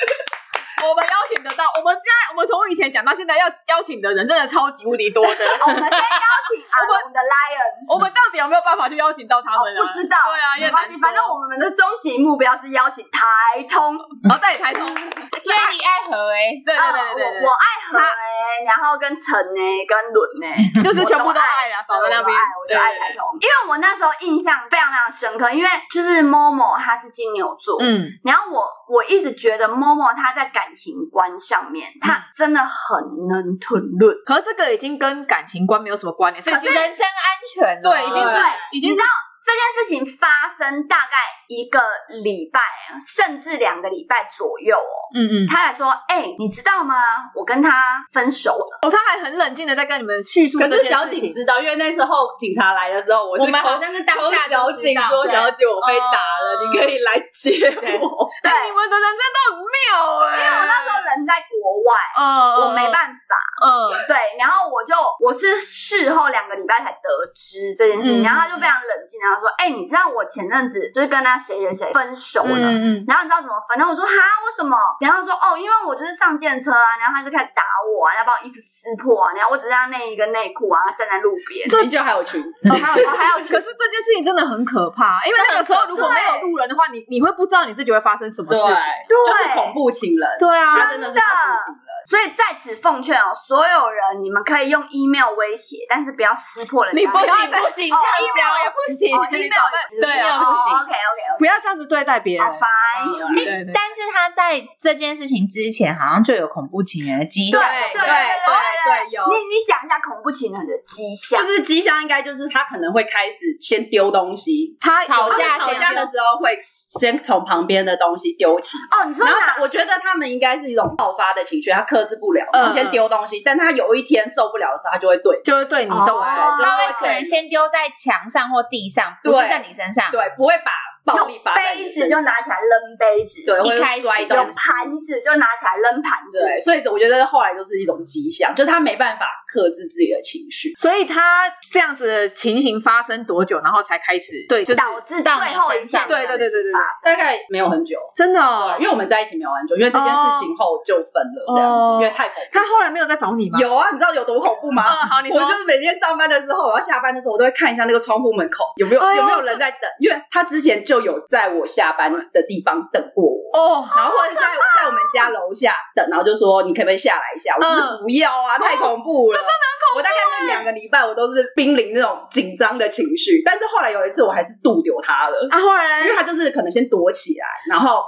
Speaker 1: 我们邀请得到，我们现在我们从以前讲到现在，要邀请的人真的超级无敌多 的。
Speaker 2: 我们先邀请 阿龙的 Lion，
Speaker 1: 我们到底有没有办法去邀请到他
Speaker 2: 我
Speaker 1: 们啊？
Speaker 2: 不知道，
Speaker 1: 对啊，也
Speaker 2: 没
Speaker 1: 很难
Speaker 2: 关系，
Speaker 1: 说。
Speaker 2: 反正我们的终极目标是邀请台通，
Speaker 1: 哦，对， 台中，
Speaker 3: 所以你爱和哎，
Speaker 1: 对对
Speaker 2: 啊
Speaker 1: 对对对
Speaker 2: 我我爱何哎，然后跟陈哎，跟伦哎。
Speaker 1: 对，就是全部都爱啦，少在那边，
Speaker 2: 我就爱我就爱台通，因为我那时候印象非常非常深刻，因为就是 Momo 他是金牛座，
Speaker 1: 嗯，
Speaker 2: 然后我我一直觉得 Momo 他在感情观上面，他真的很能吞论。
Speaker 1: 可是这嗯个已经跟感情观没有什么关联，这已
Speaker 3: 人
Speaker 1: 经
Speaker 3: 身
Speaker 1: 是
Speaker 3: 安全了
Speaker 1: 对，已经是
Speaker 2: 对
Speaker 1: 已经是
Speaker 2: 这件事情发生大概一个礼拜，甚至两个礼拜左右哦。
Speaker 1: 嗯嗯，
Speaker 2: 他还说：“哎、你知道吗？我跟他分手了。
Speaker 1: 哦，他还很冷静的在跟你们叙述
Speaker 4: 可
Speaker 1: 这
Speaker 4: 是
Speaker 1: 件
Speaker 4: 小
Speaker 1: 事
Speaker 4: 景
Speaker 1: 情。
Speaker 4: 知道，因为那时候警察来的时候，我
Speaker 3: 我
Speaker 4: 是
Speaker 3: 们好
Speaker 4: 抠
Speaker 3: 像是当
Speaker 4: 抠
Speaker 3: 下
Speaker 4: 小
Speaker 3: 就知
Speaker 4: 景
Speaker 3: 道
Speaker 4: 说：“
Speaker 3: 对
Speaker 4: 小姐，我被打了，
Speaker 1: 哦
Speaker 4: 你可以来接
Speaker 1: 对
Speaker 4: 我。”
Speaker 2: 对
Speaker 1: 哎，你们的人生都很妙哎、”
Speaker 2: 因为我那时候人在国外，
Speaker 1: 嗯，
Speaker 2: 我没办法。
Speaker 1: 嗯，嗯，
Speaker 2: 对，然后我就我是事后两个礼拜才得知这件事
Speaker 1: 嗯
Speaker 2: 情，然后他就非常冷静，然后说：“哎、你知道我前阵子就是跟他谁谁谁分手了。
Speaker 1: 嗯嗯，
Speaker 2: 然后你知道怎么分？然后我说哈，为什么？然后他说哦，因为我就是上电车啊，然后他就开始打我啊，然后把我衣服撕破啊，然后我只剩下内衣跟内裤啊，他站在路边。
Speaker 4: 这就还有裙子，
Speaker 2: 哦还有还有
Speaker 1: 可是这件事情真的很可怕，因为那个时候如果没有路人的话，你你会不知道你自己会发生什么
Speaker 4: 对，
Speaker 1: 事情。
Speaker 4: 就是恐怖情人，
Speaker 1: 对啊，
Speaker 4: 他真的是恐怖情人。
Speaker 2: 所以在此奉劝哦，所有人，你们可以用 email 威胁，但是不要撕破人家。
Speaker 1: 你不
Speaker 3: 不
Speaker 1: 要
Speaker 3: 行
Speaker 1: 再哦
Speaker 3: 不行，这样
Speaker 1: 一秒也
Speaker 3: 讲。
Speaker 1: 不行，
Speaker 2: 哦
Speaker 1: 你
Speaker 2: ，email
Speaker 1: 知道吗
Speaker 2: 也
Speaker 1: 对啊，
Speaker 3: 不行
Speaker 2: OK OK
Speaker 1: 不要这样子对待别
Speaker 2: OK，
Speaker 1: 人
Speaker 2: 好。烦。
Speaker 1: 对对对，
Speaker 3: 哦但是他在这件事情之前，好像就有恐怖情人的迹象。
Speaker 4: 对
Speaker 2: 对对
Speaker 1: 对有
Speaker 2: 你你讲一下恐怖情人的迹象，
Speaker 4: 就是迹象应该就是他可能会开始先丢东西，
Speaker 1: 他
Speaker 3: 吵
Speaker 1: 有
Speaker 3: 架
Speaker 4: 吵
Speaker 3: 先
Speaker 4: 架的时候会先从旁边的东西丢起。
Speaker 2: 哦，你说
Speaker 4: 然后
Speaker 2: 哪？
Speaker 4: 我觉得他们应该是一种爆发的情绪，他克制不了，
Speaker 1: 嗯
Speaker 4: 然后先丢东西。但他有一天受不了的时候，他就会对
Speaker 1: 就会对你动手。
Speaker 2: 哦
Speaker 3: 他会可能先丢在墙上或地上，不是
Speaker 4: 对
Speaker 3: 在你身上。
Speaker 4: 对，不会把暴力发在你
Speaker 2: 杯子
Speaker 4: 身
Speaker 2: 就
Speaker 4: 上。
Speaker 2: 拿起来扔杯子，
Speaker 4: 对，
Speaker 3: 一开
Speaker 4: 会
Speaker 3: 始
Speaker 4: 摔
Speaker 2: 有
Speaker 4: 东西。
Speaker 2: 盘子就拿起来扔盘子，
Speaker 4: 对，所以我觉得后来就是一种迹象，就是他没办法克制自己的情绪。
Speaker 1: 所以他这样子的情形发生多久，然后才开始对，就是
Speaker 2: 导致最后一项
Speaker 1: 对对对对对对，
Speaker 4: 大概没有很久，
Speaker 1: 真的、哦
Speaker 4: 因。为我们在一起没有很久，因为这件事情后就分了，这样子，
Speaker 1: 哦
Speaker 4: 因为太恐怖
Speaker 1: 他后来没有再找你吗？
Speaker 4: 了。，哦有啊，你知道有多恐怖吗？
Speaker 1: 嗯，好，你
Speaker 4: 我
Speaker 1: 说，
Speaker 4: 就是每天上班的时候，我要下班的时候，我都会看一下那个窗户门口有没有、
Speaker 1: 哎呦
Speaker 4: 有没有人在等，因为他之前就有在我下班的地方等过我，
Speaker 1: 哦，
Speaker 4: 然后或者是在在我们家楼下等，然后就说你可不可以下来一下？我就是不要啊，太恐怖了，这真的很恐怖。我欸大概那两个礼拜，我都是濒临那种紧张的情绪，但是后来有一次，我还是渡丢他了。
Speaker 1: 啊，后来
Speaker 4: 因为他就是可能先躲起来，然后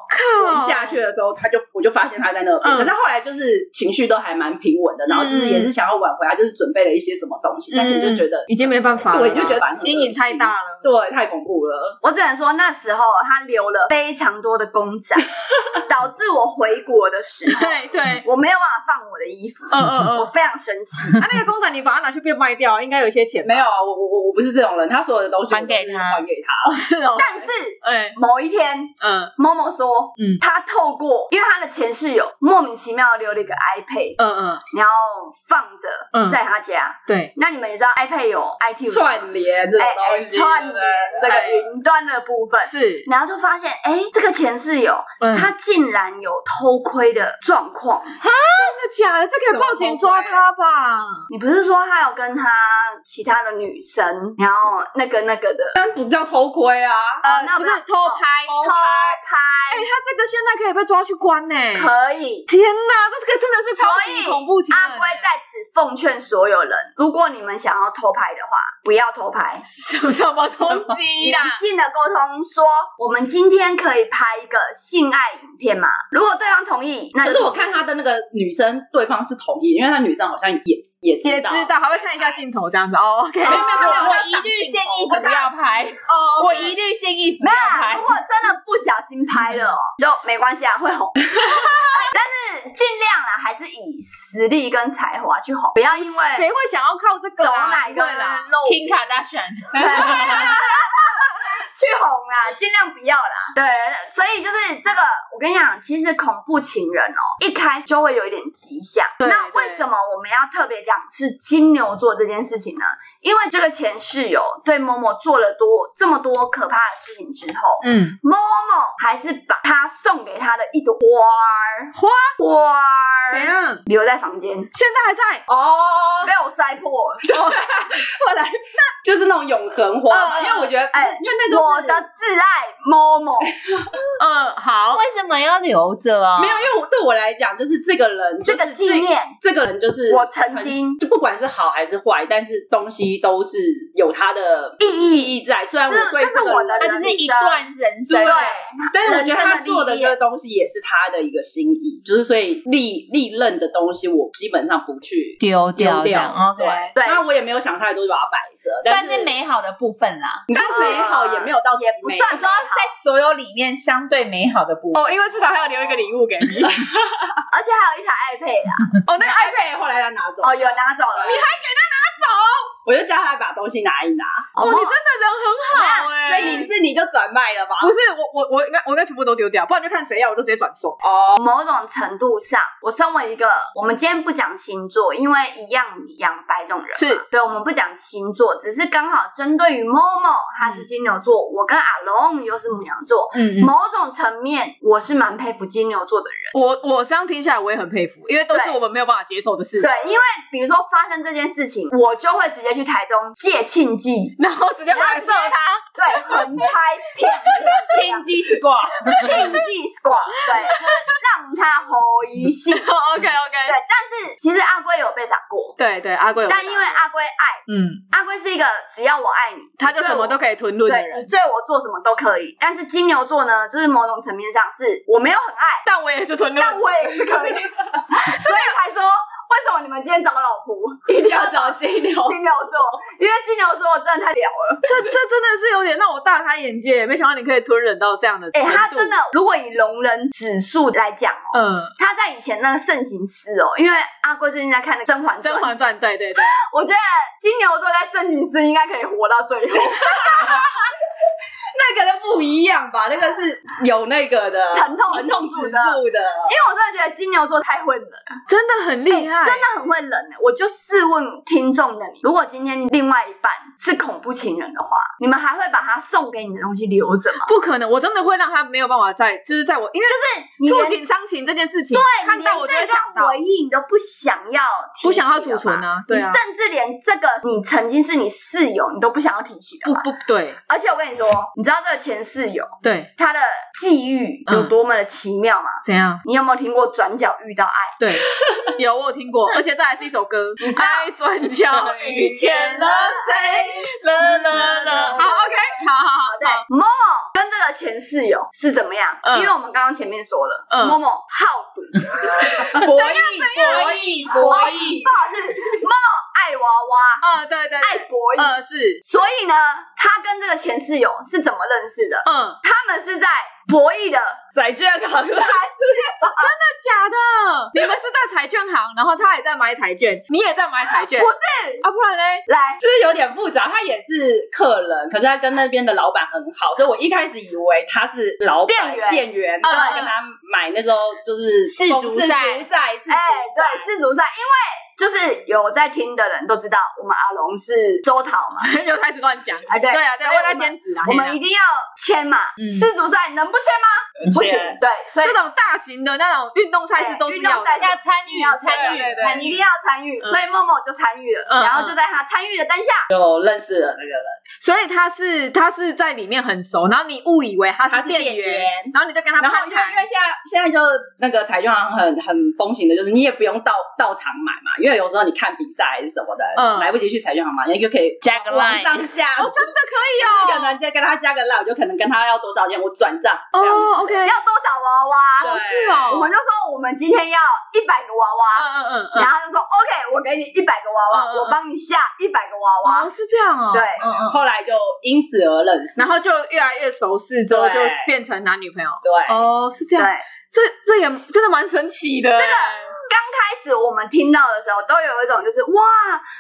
Speaker 4: 我一下去的时候，他就我就发现他在那边。
Speaker 1: 嗯
Speaker 4: 可是他后来就是情绪都还蛮平稳的，然后就是
Speaker 1: 嗯
Speaker 4: 也是想要挽回，他啊就是准备了一些什么东西，但是你就觉得
Speaker 1: 已经没办法了，
Speaker 4: 对，你就觉得
Speaker 1: 阴影太，大了。
Speaker 4: 对，太恐怖了。
Speaker 2: 我只能说那时候他留了非常多的公仔，导致我回国的时候，
Speaker 1: 对 对，
Speaker 2: 我没有办法放我的衣服，
Speaker 1: 嗯嗯嗯
Speaker 2: 我，非常生气。
Speaker 1: 啊，那个公仔你把它拿去变卖掉，应该有一些钱吧
Speaker 4: 没有啊，我我我我不是这种人，他所有的东西
Speaker 3: 还给
Speaker 4: 我都是
Speaker 3: 他
Speaker 4: 还给他。
Speaker 1: 是哦，
Speaker 2: 但是
Speaker 1: 哎，
Speaker 2: 某一天，
Speaker 1: 嗯
Speaker 2: 某某说，
Speaker 1: 嗯
Speaker 2: 他透过因为他的前室友莫名其妙留了一个 iPad，
Speaker 1: 嗯嗯，
Speaker 2: 然后放着
Speaker 1: 嗯
Speaker 2: 在他家。
Speaker 1: 对，
Speaker 2: 那你们也知道 iPad 有 iTunes
Speaker 4: 串联这种
Speaker 2: 哎哎
Speaker 4: 东西，
Speaker 2: 串联这
Speaker 4: 对不对
Speaker 2: 个
Speaker 1: 哎
Speaker 2: 云端的部分，
Speaker 1: 是，
Speaker 2: 然后就发现，哎，这个前室友
Speaker 1: 嗯，
Speaker 2: 他竟然有偷窥的状况。
Speaker 1: 真的假的？这可以报警抓他吧？
Speaker 2: 你不是说他有跟他其他的女生，然后那个那个的
Speaker 4: 但不叫偷窥啊，
Speaker 1: 呃，
Speaker 2: 那
Speaker 1: 不
Speaker 2: 不
Speaker 1: 是
Speaker 2: 要
Speaker 1: 偷拍，
Speaker 4: 偷
Speaker 2: 偷
Speaker 1: 哎，
Speaker 2: 拍？
Speaker 1: 他这个现在可以被抓去关呢。
Speaker 2: 可以。
Speaker 1: 天哪，这个真的是超级
Speaker 2: 所以
Speaker 1: 恐怖情
Speaker 2: 阿
Speaker 1: 人
Speaker 2: 龟。在此奉劝所有人，如果你们想要偷拍的话，不要偷拍。
Speaker 1: 什什么东西
Speaker 2: 理
Speaker 4: 啊
Speaker 1: 啦？
Speaker 2: 性的沟通说，我们今天可以拍一个性爱影片吗？如果对方同意，那
Speaker 4: 可
Speaker 2: 就是
Speaker 4: 我看他的那个女生，对方是同意，因为那女生好像也也
Speaker 1: 也知道，还会看一下镜头这样子。哦，OK，
Speaker 4: 没有没有没有
Speaker 3: 我一律建议不要拍，
Speaker 1: 哦
Speaker 3: 我一律建议不
Speaker 2: 没
Speaker 3: 要
Speaker 2: 有啦，
Speaker 3: 拍
Speaker 2: 如。果真的不小心拍了哦，就没关系啊，会红。但是尽量啦，还是以实力跟才华去哄，不要因为
Speaker 4: 啊
Speaker 1: 谁会想要靠这个
Speaker 2: 懂
Speaker 1: 啊？
Speaker 2: 哪
Speaker 1: 不
Speaker 2: 个
Speaker 1: 会啦，
Speaker 2: 漏
Speaker 3: 听卡大选，
Speaker 2: 去哄啦，尽量不要啦。对，所以就是这个，我跟你讲，其实恐怖情人哦，一开始就会有一点迹象。那为什么我们要特别讲是金牛座这件事情呢？因为这个前室友对某某做了多这么多可怕的事情之后，
Speaker 3: 嗯，
Speaker 2: 某某还是把他送给他的一朵花儿花
Speaker 1: 怎
Speaker 2: 儿
Speaker 1: 样？
Speaker 2: 留在房间，
Speaker 1: 现在还在？
Speaker 4: 哦，
Speaker 2: 被我摔 破了。
Speaker 4: 后来 就是那种永恒花嘛，
Speaker 1: 嗯嗯
Speaker 4: 因为我觉得，
Speaker 2: 哎
Speaker 4: 因为那都
Speaker 2: 我
Speaker 4: 是
Speaker 2: 的挚爱某某，
Speaker 1: 嗯，好，
Speaker 3: 为什么要留着
Speaker 1: 哦
Speaker 3: 啊？
Speaker 4: 没有，因为我对我来讲，就是这个 人，
Speaker 2: 这个纪念，
Speaker 4: 这个人就是
Speaker 2: 我曾经
Speaker 4: 就不管是好还是坏，但是东西都是有它的
Speaker 2: 意义
Speaker 4: 意义在。虽然
Speaker 2: 这
Speaker 4: 我对
Speaker 2: 这是
Speaker 4: 个
Speaker 2: 我
Speaker 4: 人
Speaker 2: 的
Speaker 3: 它只是一段人生
Speaker 2: 对
Speaker 3: 啊，
Speaker 4: 但是我觉得他做的
Speaker 2: 人生的历
Speaker 4: 这个东西也是他的一个心意，就是所以历历任的东西，我基本上不去
Speaker 3: 丢
Speaker 4: 丢
Speaker 3: 掉这样，OK，
Speaker 4: 对，
Speaker 2: 对
Speaker 4: 那我也没有想太多，就把它摆着，但
Speaker 3: 算是美好的部分啦。
Speaker 4: 但是美好也没有到
Speaker 2: 也不
Speaker 4: 美
Speaker 2: 算
Speaker 3: 我说在所有里面相对美好的部分，
Speaker 1: 哦，因为至少还要留一个礼物给 你。哦，
Speaker 2: 而且还有一台 iPad 啊，
Speaker 1: 那个
Speaker 4: iPad 后来他拿走，
Speaker 2: 哦，有拿走了，
Speaker 4: 还给他拿走？我就叫他把东西拿一拿，
Speaker 1: 哦，你真的人很好哎、
Speaker 4: 所以你是你就转卖了吧？
Speaker 1: 不是我我我应该我应该全部都丢掉，不然就看谁要，我就直接转送。
Speaker 2: 某种程度上，我身为一个，我们今天不讲星座，因为一样米养百种人嘛，
Speaker 1: 是
Speaker 2: 对，我们不讲星座，只是刚好针对于 Momo，他是金牛座，我跟阿龙又是母羊座。
Speaker 3: 嗯嗯，
Speaker 2: 某种层面，我是蛮佩服金牛座的人，
Speaker 1: 我我这样听下来，我也很佩服，因为都是
Speaker 2: 对
Speaker 1: 我们没有办法接受的事情，
Speaker 2: 对，因为比如说发生这件事情，我就会直接去台中借庆 记，
Speaker 1: 然后直接反射他。
Speaker 2: 对，横拍片
Speaker 3: 千机 squad，
Speaker 2: 庆记 squad，对，就是让他吼一戏。对，
Speaker 1: OK OK，
Speaker 2: 但是其实阿龟有被打过，
Speaker 1: 哦对对，阿贵有，
Speaker 2: 但因为阿龟爱。
Speaker 3: 嗯，
Speaker 2: 阿龟是一个只要我爱你，
Speaker 1: 他就什么都可以吞论
Speaker 2: 对
Speaker 1: 的
Speaker 2: 你
Speaker 1: 人，
Speaker 2: 对我做什么都可以。但是金牛座呢，就是某种层面上是我没有很 爱，
Speaker 1: 但我也是吞论。
Speaker 2: 但我也是可以，所以才说为什么你们今天找老婆
Speaker 4: 一定要找金牛。
Speaker 2: 金牛座，因为金牛座真的太屌了。
Speaker 1: 这这真的是有点让我大开眼界，没想到你可以吞忍到这样的
Speaker 2: 哎、
Speaker 1: 程度。
Speaker 2: 他真的，如果以容忍指数来讲哦，
Speaker 1: 嗯，
Speaker 2: 他在以前那个盛行师哦，因为阿龟最近在看那个《甄嬛
Speaker 1: 《
Speaker 2: 传
Speaker 1: 甄》，嬛传》对对对，
Speaker 2: 我觉得金牛座在盛行师应该可以活到最后，
Speaker 4: 那个都不一样吧？那个是有那个的
Speaker 2: 疼痛
Speaker 4: 疼痛指
Speaker 2: 指数的
Speaker 4: 数的，
Speaker 2: 因为我真的觉得金牛座太混了。
Speaker 1: 哎真的很厉害，
Speaker 2: 欸真的很会冷、欸。我就试问听众的你，如果今天另外一半是恐怖情人的话，你们还会把他送给你的东西留着吗？
Speaker 1: 不可能，我真的会让他没有办法在，哦就是在我因为
Speaker 2: 你
Speaker 1: 触
Speaker 2: 连
Speaker 1: 景伤情这件事情，对看到我就会想
Speaker 2: 这段
Speaker 1: 到，
Speaker 2: 回忆，你都不想要提起了
Speaker 1: 不想
Speaker 2: 吧，
Speaker 1: 要储存啊对啊
Speaker 2: 你甚至连这个你曾经是你室友，你都不想要提起的
Speaker 1: 不
Speaker 2: 吧？
Speaker 1: 不对
Speaker 2: 而且我跟你说，你知道这个前室友
Speaker 1: 对，
Speaker 2: 他的际遇有
Speaker 1: 嗯
Speaker 2: 多么的奇妙吗？
Speaker 1: 怎样？
Speaker 2: 你有没有听过转角遇到爱？
Speaker 1: 对，有我有听过，而且这还是一首歌，《爱转角
Speaker 3: 嗯
Speaker 1: 遇见了谁》，啦啦啦，好 OK，好好好，
Speaker 2: 对
Speaker 1: 好，
Speaker 2: ，Momo 跟这个前室友是怎么样？
Speaker 1: 嗯
Speaker 2: 因为我们刚刚前面说了、
Speaker 1: 嗯
Speaker 2: m o m o 好赌，
Speaker 4: 博弈，博弈，
Speaker 2: 不
Speaker 4: 博弈，
Speaker 2: 好意思，Momo 爱娃娃，
Speaker 1: 啊对对
Speaker 2: 爱
Speaker 1: 对，
Speaker 2: 博弈。
Speaker 1: 呃是，
Speaker 2: 所以呢，他跟这个前室友是怎么认识的？
Speaker 1: 嗯，
Speaker 2: 他们是在博弈的，
Speaker 4: 在这个行业
Speaker 1: 真的假的？你们是在彩券行，然后他也在买彩券，你也在买彩券，
Speaker 2: 不
Speaker 1: 是啊，不然嘞，
Speaker 2: 来，
Speaker 4: 就是有点复杂。他也是客人，可是他跟那边的老板很好，所以我一开始以为他是老板
Speaker 2: 店员
Speaker 4: 店员，
Speaker 1: 嗯
Speaker 4: 然后跟他买那时候就是
Speaker 3: 世
Speaker 4: 逢
Speaker 3: 足
Speaker 4: 世
Speaker 3: 赛
Speaker 4: 足赛，世
Speaker 2: 哎、
Speaker 4: 足赛。
Speaker 2: 对，世足赛，因为就是有在听的人都知道，我们阿龙是周桃嘛，
Speaker 1: 又开始乱讲，
Speaker 2: 哎对
Speaker 1: 对啊，对，
Speaker 2: 所以
Speaker 1: 为他
Speaker 2: 我们
Speaker 1: 兼职啊，
Speaker 2: 我
Speaker 1: 嘿啦
Speaker 2: 们一定要签嘛，
Speaker 3: 嗯
Speaker 2: 世足赛能不签吗？不行，
Speaker 4: 签
Speaker 2: 对，所以
Speaker 1: 嗯
Speaker 2: 哎
Speaker 1: 这种大型的那种运动赛事都是
Speaker 2: 对运
Speaker 1: 要
Speaker 2: 动
Speaker 1: 的
Speaker 2: 赛事
Speaker 3: 要
Speaker 1: 对
Speaker 2: 一定要
Speaker 3: 参与参
Speaker 1: 对
Speaker 3: 与
Speaker 1: 对
Speaker 3: 参
Speaker 2: 一定
Speaker 3: 与，
Speaker 2: 要参与，
Speaker 1: 嗯
Speaker 2: 所以默默就参与了，
Speaker 1: 嗯
Speaker 2: 然后就在他参与的当下，
Speaker 4: 就认识了那个人，
Speaker 1: 所以他是他是在里面很熟，然后你误以为他
Speaker 4: 他
Speaker 1: 是
Speaker 4: 是
Speaker 1: 店
Speaker 4: 店员
Speaker 1: 员，然后你就跟他
Speaker 4: 然后
Speaker 1: 攀
Speaker 4: 因为因
Speaker 1: 谈，
Speaker 4: 为现在现在就那个彩券行很很风行的，就是你也不用到到场买嘛，因为有时候你看比赛还是什么的，
Speaker 1: 嗯
Speaker 4: 来不及去彩券行买，你就可以
Speaker 3: Jack
Speaker 4: 往
Speaker 3: line
Speaker 4: 上下
Speaker 1: 哦，真的可以
Speaker 4: 可
Speaker 1: 哦，
Speaker 4: 能再跟他加个 line，我就可能跟他要多少钱，我转账。这样子
Speaker 1: 哦，OK，
Speaker 2: 要多少娃娃？
Speaker 1: 哦
Speaker 4: 对
Speaker 1: 是
Speaker 2: 我
Speaker 1: 哦
Speaker 2: 们，就说我们今天要一百个娃
Speaker 1: 嗯嗯
Speaker 2: 娃，
Speaker 1: 嗯嗯，
Speaker 2: 然后他就说 OK，我给你一百个娃娃，
Speaker 1: 嗯嗯嗯
Speaker 2: 我帮你下一百个娃
Speaker 1: 哦
Speaker 2: 娃。
Speaker 1: 是这样哦，
Speaker 2: 对
Speaker 1: 嗯嗯，
Speaker 4: 后来就因此而认识。
Speaker 1: 然后就越来越熟识，之后
Speaker 4: 对
Speaker 1: 就变成男女朋友。
Speaker 4: 对，
Speaker 1: 哦，是这
Speaker 2: 对，
Speaker 1: 样，
Speaker 2: 开
Speaker 1: 这这也真的蛮神奇的。
Speaker 2: 始我们听到的时候，都有一种就是哇，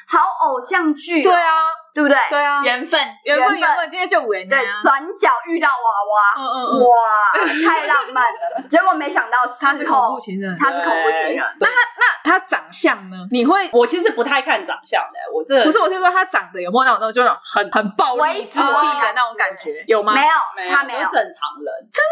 Speaker 2: 好偶像剧、哦
Speaker 1: 对，啊，
Speaker 2: 对不对？
Speaker 1: 对啊，
Speaker 3: 缘分，
Speaker 1: 缘分
Speaker 2: 缘分
Speaker 1: 缘分，今天就五元
Speaker 2: 对，转角遇到娃娃，
Speaker 1: 嗯嗯嗯，
Speaker 2: 哇，太浪漫了。结果没想到
Speaker 1: 他是
Speaker 2: 事
Speaker 1: 恐
Speaker 2: 后
Speaker 1: 怖情人。
Speaker 2: 他是恐怖情人，
Speaker 4: 对。
Speaker 1: 他长相呢？你会
Speaker 4: 我其实不太看长相的，我这
Speaker 1: 不是我是说他长得有没有那种就那种很很暴力
Speaker 2: 猥
Speaker 1: 之气
Speaker 2: 琐的
Speaker 1: 的那种感
Speaker 2: 感
Speaker 1: 觉，有哦吗？
Speaker 2: 没有
Speaker 4: 没，
Speaker 2: 他没有
Speaker 4: 都，正常人，真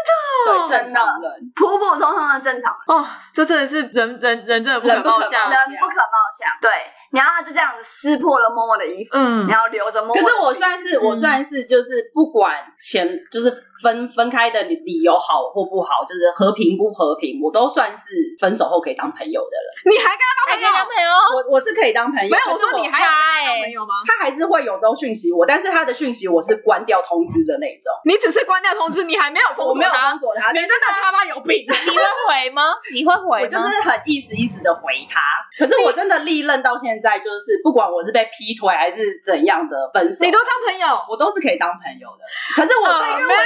Speaker 4: 对
Speaker 2: 真的
Speaker 4: 正常人，
Speaker 2: 普普通通的正常人。
Speaker 1: 哦，这真的是人人人真的不
Speaker 4: 人
Speaker 1: 可
Speaker 4: 不
Speaker 1: 貌
Speaker 4: 可
Speaker 1: 相
Speaker 4: 貌。
Speaker 2: 人不可貌相，对。然后他就这样子撕破了默默的衣服，
Speaker 1: 嗯，
Speaker 2: 然后留着默默
Speaker 4: 可
Speaker 2: 的。
Speaker 4: 是我算是、我算是就是不管前就是分分开的理理由好或不好，就是和平不和平，我都算是分手后可以当朋友的人。
Speaker 1: 你还跟他当
Speaker 3: 还可以
Speaker 1: 朋友
Speaker 3: 哎当？朋友，
Speaker 4: 我我是可以当朋友，
Speaker 1: 哦没有，我
Speaker 4: 可是
Speaker 1: 说你还有跟他当朋友吗？
Speaker 4: 他还是会有时候讯息我，但是他的讯息我是关掉通知的那一种，
Speaker 1: 你只是关掉通知，你还没有封
Speaker 4: 我
Speaker 1: 锁
Speaker 4: 没有
Speaker 1: 他
Speaker 4: 封，锁他，
Speaker 1: 你真的他妈有病！
Speaker 3: 你会回吗？ 你会
Speaker 4: 我
Speaker 3: 回
Speaker 4: 就
Speaker 3: 吗？
Speaker 4: 是很意思意思的回他，可是我真的历任到现在，就是不管我是被劈腿还是怎样的分手，
Speaker 1: 你都哦当朋友，
Speaker 4: 我都是可以当朋友的。可是我对，因为我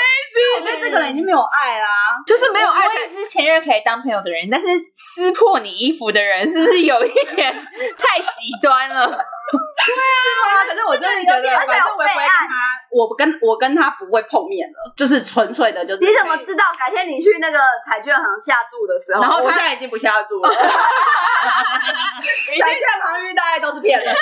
Speaker 1: Amazing
Speaker 4: 对这个人已经没有爱啦。
Speaker 1: 就是没有爱
Speaker 3: 嗯我
Speaker 1: 才
Speaker 3: 也是前任可以当朋友的人，但是撕破你衣服的人是不是有一点 太极端了？
Speaker 4: 对啊，可是我真的觉
Speaker 2: 这个有
Speaker 4: 得，
Speaker 2: 点
Speaker 4: 反正我
Speaker 2: 被
Speaker 4: 也不会跟
Speaker 2: 暗
Speaker 4: 他，我跟我跟他不会碰面了，就是纯粹的，就是
Speaker 2: 你怎么知道改天你去那个彩券行下注的时候，
Speaker 1: 然
Speaker 4: 然
Speaker 1: 后
Speaker 4: 后我
Speaker 1: 他
Speaker 4: 现 在已经不下注了，
Speaker 1: 已
Speaker 4: 在
Speaker 1: 经
Speaker 4: 在旁边大概都是骗人的。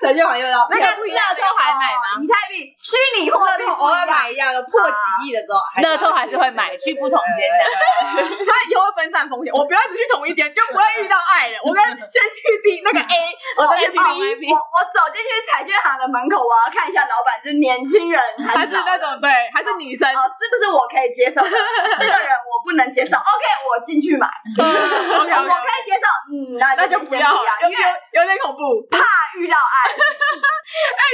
Speaker 4: 陈俊宏又要
Speaker 1: 那个不一样
Speaker 3: 乐透还买吗？
Speaker 2: 以太币虚拟货
Speaker 4: 乐
Speaker 2: 币
Speaker 4: 透偶尔买一样的破几亿的时候，
Speaker 3: 乐透还是会买，去不同间的。
Speaker 1: 他以后会分散风险，我不要一直去同一间，就不会遇到爱 人。我跟先去第
Speaker 2: 嗯
Speaker 1: 那个 A，我
Speaker 2: 哦
Speaker 1: 再去 B，
Speaker 2: 我我走进去彩券行的门口，我要看一下老板是年轻人还
Speaker 1: 还
Speaker 2: 是
Speaker 1: 是
Speaker 2: 老
Speaker 1: 那种对，还是女生。
Speaker 2: 哦，是不是我可以接受的？这个人我不能接受。OK，我进去买，哦我
Speaker 1: OK，
Speaker 2: 可以接受。嗯，那
Speaker 1: 那就
Speaker 2: 就
Speaker 1: 不
Speaker 2: 先
Speaker 1: 要了，有
Speaker 2: 因为
Speaker 1: 有有点恐怖。
Speaker 2: 怕遇到爱，
Speaker 1: 哎，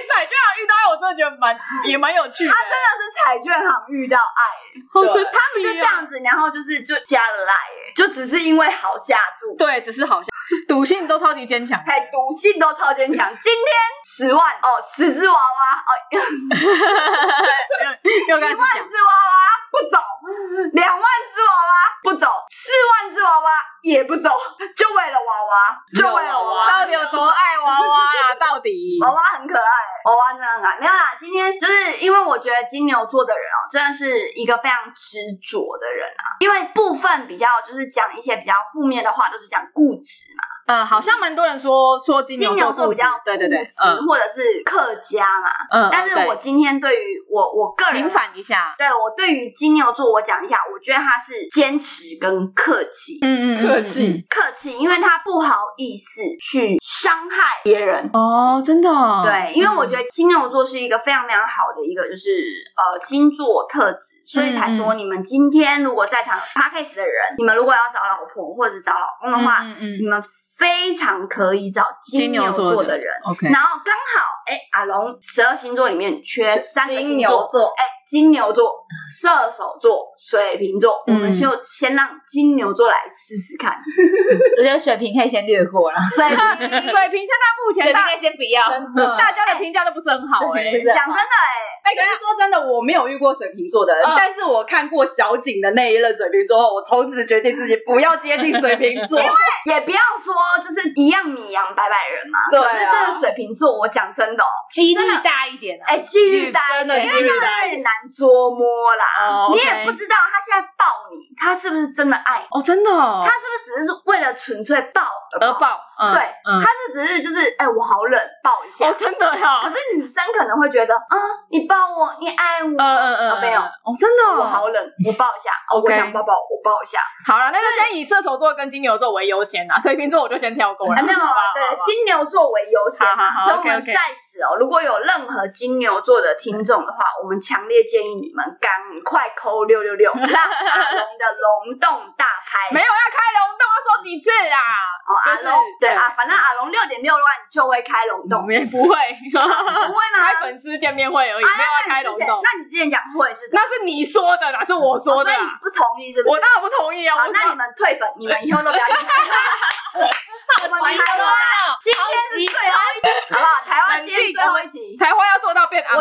Speaker 1: 彩券行遇到爱，我真的觉得蛮也蛮有趣的，
Speaker 2: 那是彩券行遇到爱，
Speaker 1: 好神
Speaker 2: 就
Speaker 1: 奇
Speaker 2: 这
Speaker 1: 啊！
Speaker 2: 样子，然后就是就加了赖，欸就只是因为好下注。
Speaker 1: 对，只是好像赌性都超级坚 强的，
Speaker 2: 哎，赌性都超坚强。今天十万哦，十只娃娃哦，
Speaker 1: 又
Speaker 2: 一
Speaker 1: 开始
Speaker 2: 万
Speaker 1: 讲。
Speaker 2: 只娃娃不走，两万只娃娃不走，四万只娃娃也不走，就为了娃娃，就啊为了娃娃。
Speaker 1: 到底有多爱娃娃啊？到底
Speaker 2: 娃娃很可爱，娃娃真的很可爱。没有啦，今天就是因为我觉得金牛座的人哦，真的是一个非常执着的人啊。因为部分比较就是讲一些比较负面的话，都是讲固执嘛。
Speaker 1: 嗯，好像蛮多人说说金
Speaker 2: 金
Speaker 1: 座
Speaker 2: 牛
Speaker 1: 固
Speaker 2: 座
Speaker 1: 执
Speaker 2: 比较
Speaker 1: 对对对
Speaker 2: 固，执
Speaker 1: 嗯
Speaker 2: 或者是客家嘛。
Speaker 1: 嗯，
Speaker 2: 但是我今天哦对于我我个人
Speaker 1: 平反一下，
Speaker 2: 对我对于金牛座，我讲一下，我觉得他是坚持跟客气，
Speaker 1: 嗯嗯，
Speaker 4: 客气
Speaker 2: 客气，因为他不好意思去伤害别人。
Speaker 1: 哦，真的哦
Speaker 2: 对，因为我觉得金牛座是一个非常非常好的一个，就是呃星座特质，所以才说你们今天如果在场 p a r k a s 的人，你们如果要找老婆或者找老公的话，
Speaker 1: 嗯嗯嗯
Speaker 2: 你们非常可以找金牛座的人。
Speaker 4: 嗯
Speaker 1: ，OK，
Speaker 2: 然后刚好，哎，阿龙十二星座里面缺三个
Speaker 4: 金
Speaker 2: 星座
Speaker 4: 牛，座，
Speaker 2: 哎，金牛座、射手座、水瓶座，我们
Speaker 1: 嗯
Speaker 2: 就先让金牛座来试试看。
Speaker 3: 我觉得水瓶可以先略过了，
Speaker 2: 水瓶，
Speaker 1: 水瓶现在目
Speaker 3: 水
Speaker 1: 前
Speaker 3: 瓶
Speaker 1: 大
Speaker 3: 可以先不要。
Speaker 4: 嗯
Speaker 1: 大家的评价都不是很好哎，
Speaker 3: 水瓶不是
Speaker 2: 讲真的，哎，
Speaker 4: 哎，可是说真的，我没有遇过水瓶座的人，
Speaker 1: 嗯
Speaker 4: 但是我看过小景的那一任水瓶座后，我从此决定自己不要接近水瓶 座。
Speaker 2: 也不要说就是一样米养百百人嘛。
Speaker 4: 对
Speaker 2: 可是这
Speaker 4: 啊
Speaker 2: 个水瓶座，我讲真的哦，
Speaker 3: 几率大一点啊。
Speaker 2: 哎，纪律大一
Speaker 4: 真的
Speaker 2: 点，因为
Speaker 4: 纪律
Speaker 2: 他
Speaker 4: 大
Speaker 2: 有点难捉摸啦
Speaker 1: 哦。
Speaker 2: 你
Speaker 1: OK
Speaker 2: 也不知道他现在抱你，他是不是真的爱你？
Speaker 1: 哦，真的哦
Speaker 2: 他，是不是只是为了纯粹抱
Speaker 1: 而
Speaker 2: 而抱？
Speaker 1: 爆，嗯
Speaker 2: 对，
Speaker 1: 嗯
Speaker 2: 他，是只是就是哎，我好冷，抱一下
Speaker 1: 哦，。真的
Speaker 2: 可
Speaker 1: 哦，
Speaker 2: 是女生可能会觉得，啊，你抱我，你爱我，
Speaker 1: 嗯嗯嗯，
Speaker 2: 哦没有
Speaker 1: 哦，真的哦，
Speaker 2: 我 好冷，我抱一下。哦，我
Speaker 1: OK
Speaker 2: 想抱抱，我抱一下。
Speaker 1: 好了，那就先以射手座跟金牛座为优先啦，水瓶座我就先跳过了。
Speaker 2: 啊，没有，对，金牛座为优先
Speaker 1: 好好
Speaker 2: 嘛。
Speaker 1: 好
Speaker 2: 所以我
Speaker 1: OK，OK
Speaker 2: 们在此哦，如果有任何金牛座的听众的话，我们强烈建议你们赶快扣六 六六，让阿龙的龙洞大开。
Speaker 1: 没有要开龙洞，要说几次啦？
Speaker 2: 哦，阿
Speaker 1: 就是
Speaker 2: 龙对
Speaker 1: 对
Speaker 2: 啊，反正阿龙六点六万就会开龙
Speaker 1: 我
Speaker 2: 洞，
Speaker 1: 们也不会
Speaker 2: 不会吗？
Speaker 1: 开粉丝见面会而已，
Speaker 2: 啊
Speaker 1: 没有要
Speaker 2: 那
Speaker 1: 开
Speaker 2: 你之
Speaker 1: 龙
Speaker 2: 前
Speaker 1: 洞。
Speaker 2: 那你之前讲会是
Speaker 1: 那是你说的，哪是我说的
Speaker 2: 哦
Speaker 1: 啊？
Speaker 2: 所以你不同意是不
Speaker 1: 我
Speaker 2: 是？
Speaker 1: 当然不同意啊！
Speaker 2: 好
Speaker 1: 我，
Speaker 2: 那你
Speaker 1: 说
Speaker 2: 们退粉，你们以后都不要听。我们
Speaker 4: 极
Speaker 2: 台
Speaker 4: 端
Speaker 2: 湾
Speaker 1: 阿嬷
Speaker 2: 我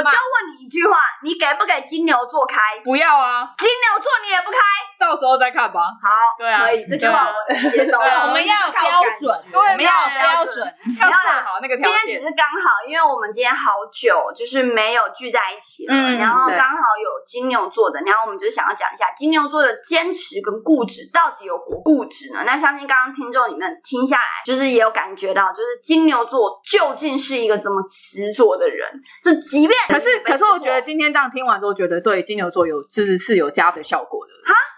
Speaker 2: 就问你一句话，你给不给金牛 座开？
Speaker 1: 不要啊，
Speaker 2: 金牛座你也不开，
Speaker 1: 到时候再看吧。
Speaker 2: 好，
Speaker 1: 对啊
Speaker 2: 可以，这句话我能接受
Speaker 1: 对啊
Speaker 3: 我
Speaker 2: 了。
Speaker 3: 们要标准，啊
Speaker 1: 对
Speaker 3: 我们要标准，
Speaker 1: 要
Speaker 2: 要啦
Speaker 1: 设好那个
Speaker 2: 今
Speaker 1: 条
Speaker 2: 天
Speaker 1: 件
Speaker 2: 只。是刚好，因为我们今天好久就是没有聚在一起了，
Speaker 1: 嗯
Speaker 2: 然后
Speaker 1: 对
Speaker 2: 刚好有金牛座的，然后我们就想要讲一下金牛座的坚持跟固执到底有多固执呢？那相信刚刚听众你们听下来，就是也有感觉到，就是金牛座究竟是一个怎么执着的人？就即便
Speaker 1: 可是，
Speaker 2: 你被
Speaker 1: 可是我
Speaker 2: 吃
Speaker 1: 觉得
Speaker 2: 过
Speaker 1: 今天这样听完之后，觉得对金牛座有就是是有加分效果的。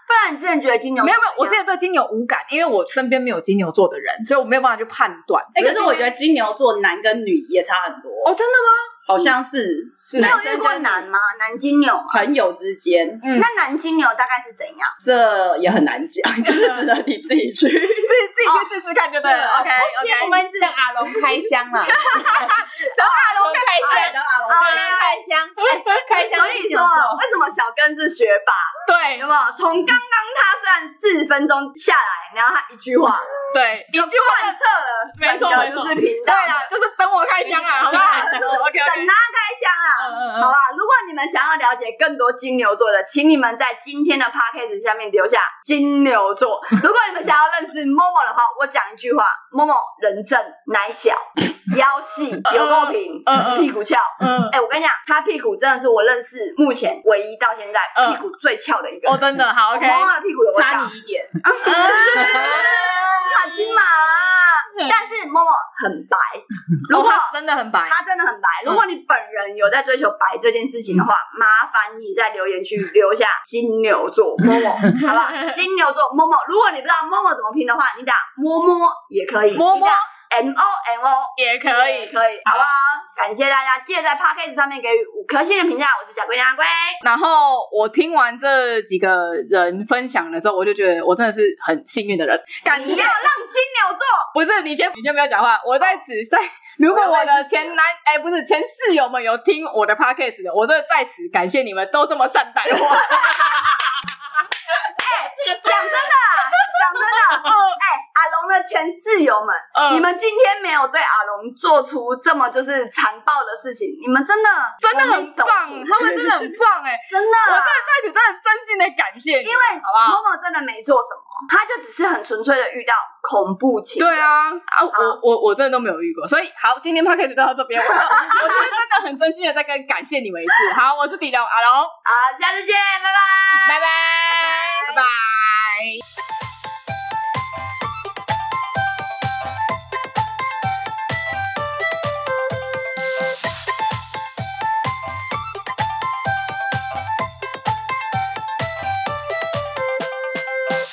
Speaker 2: 不然你之前觉得金牛座
Speaker 1: 没有没有，我
Speaker 2: 怎
Speaker 1: 之
Speaker 2: 样
Speaker 1: 前对金牛无感，因为我身边没有金牛座的人，所以我没有办法去判断。
Speaker 4: 哎、可是我
Speaker 1: 今
Speaker 4: 觉
Speaker 1: 天
Speaker 4: 得金牛座男跟女也差很多，
Speaker 1: 哦，真的吗？
Speaker 4: 好像是
Speaker 1: 是
Speaker 2: 没
Speaker 4: 男
Speaker 2: 有遇
Speaker 4: 生
Speaker 2: 过
Speaker 4: 跟
Speaker 2: 男吗？男金牛吗？
Speaker 4: 朋友之间，
Speaker 1: 嗯
Speaker 2: 那男金牛大概是怎样？
Speaker 4: 这也很难讲，就是只能你自己
Speaker 1: 自
Speaker 4: 去。
Speaker 1: 己自己去试试看就对了。
Speaker 4: 哦
Speaker 1: OK OK，
Speaker 3: 我们等阿龙开箱了，等阿龙开箱，
Speaker 4: 然后阿龙
Speaker 3: 阿龙开箱，哎开箱
Speaker 2: 所
Speaker 3: 金
Speaker 2: 以
Speaker 3: 牛
Speaker 2: 说
Speaker 3: 座。，
Speaker 2: 为什么小根是学霸？
Speaker 1: 对
Speaker 2: 有没有？从刚刚他虽然四分钟下来，然后他一句话
Speaker 1: 对，一句话
Speaker 2: 贯彻了
Speaker 1: 没错
Speaker 2: 整个
Speaker 1: 没错
Speaker 2: 就是频
Speaker 1: 对。
Speaker 2: 道
Speaker 1: 啦，就是等我开箱啊，好不 好？OK
Speaker 2: 等
Speaker 1: OK，
Speaker 2: 他开
Speaker 1: 嗯
Speaker 2: 箱啦，啊
Speaker 1: 嗯
Speaker 2: 好
Speaker 1: 嗯，
Speaker 2: 吧？如果你们想要了解更多金牛座的，请你们在今天的 podcast 下面留下金 牛座。如果你们想要认识 Momo 的话，我讲一句话：Momo 人正奶小， 腰细，有够平
Speaker 1: 嗯嗯，
Speaker 2: 屁股翘。
Speaker 1: 嗯，
Speaker 2: 哎、我跟你讲，他屁股真的是我认识目前唯一到现在
Speaker 1: 嗯
Speaker 2: 屁股最翘的一个人。
Speaker 1: 哦，真的好 OK，嗯
Speaker 2: 我摸他的屁股有多翘？
Speaker 4: 你一点，
Speaker 2: 啊，金马。但是默默很白，如
Speaker 1: 嗯哦，
Speaker 2: 果
Speaker 1: 他真的嗯很白，
Speaker 2: 他真的很白，如果你本人有在追求白这件事情的话，
Speaker 1: 嗯
Speaker 2: 麻烦你在留言区留下金牛座默默，好不好？金牛座默默，如果你不知道默默怎么拼的话，你打摸摸也可以，
Speaker 1: 摸摸
Speaker 2: M O M O。
Speaker 1: 也可以。
Speaker 2: 可以，好不好？感谢大家，记得在 podcast 上面给予五颗星的评价。我是贾桂阿龟，
Speaker 1: 然后我听完这几个人分享了之后，我就觉得我真的是很幸运的人。感
Speaker 2: 你
Speaker 1: 谢
Speaker 2: 要让金牛座
Speaker 1: 不是你先，你先不要讲话，我在此在。如果我的前男哎、不是前室友们有听我的 podcast 的，我真的在此感谢你们都这么善待我。
Speaker 2: 讲真的啊，讲真的啊，哎、阿龙的前室友们，
Speaker 1: 嗯
Speaker 2: 你们今天没有对阿龙做出这么就是残暴的事情，你们真的
Speaker 1: 真的
Speaker 2: 我没
Speaker 1: 很
Speaker 2: 懂
Speaker 1: 棒，他们真的很棒哎、
Speaker 2: 真的
Speaker 1: 我真的啊在此真的真心的感谢你，
Speaker 2: 因为
Speaker 1: 好不好？
Speaker 2: 某某真的没做什么，他就只是很纯粹的遇到恐怖情人。
Speaker 1: 对啊，啊，我我我真的都没有遇过，所以好，今天 podcast 就到这边，我我觉得真的很真心的在跟感谢你们一次。好，我是迪龙阿龙，
Speaker 2: 好，下次见，拜拜。
Speaker 1: 拜拜，拜拜。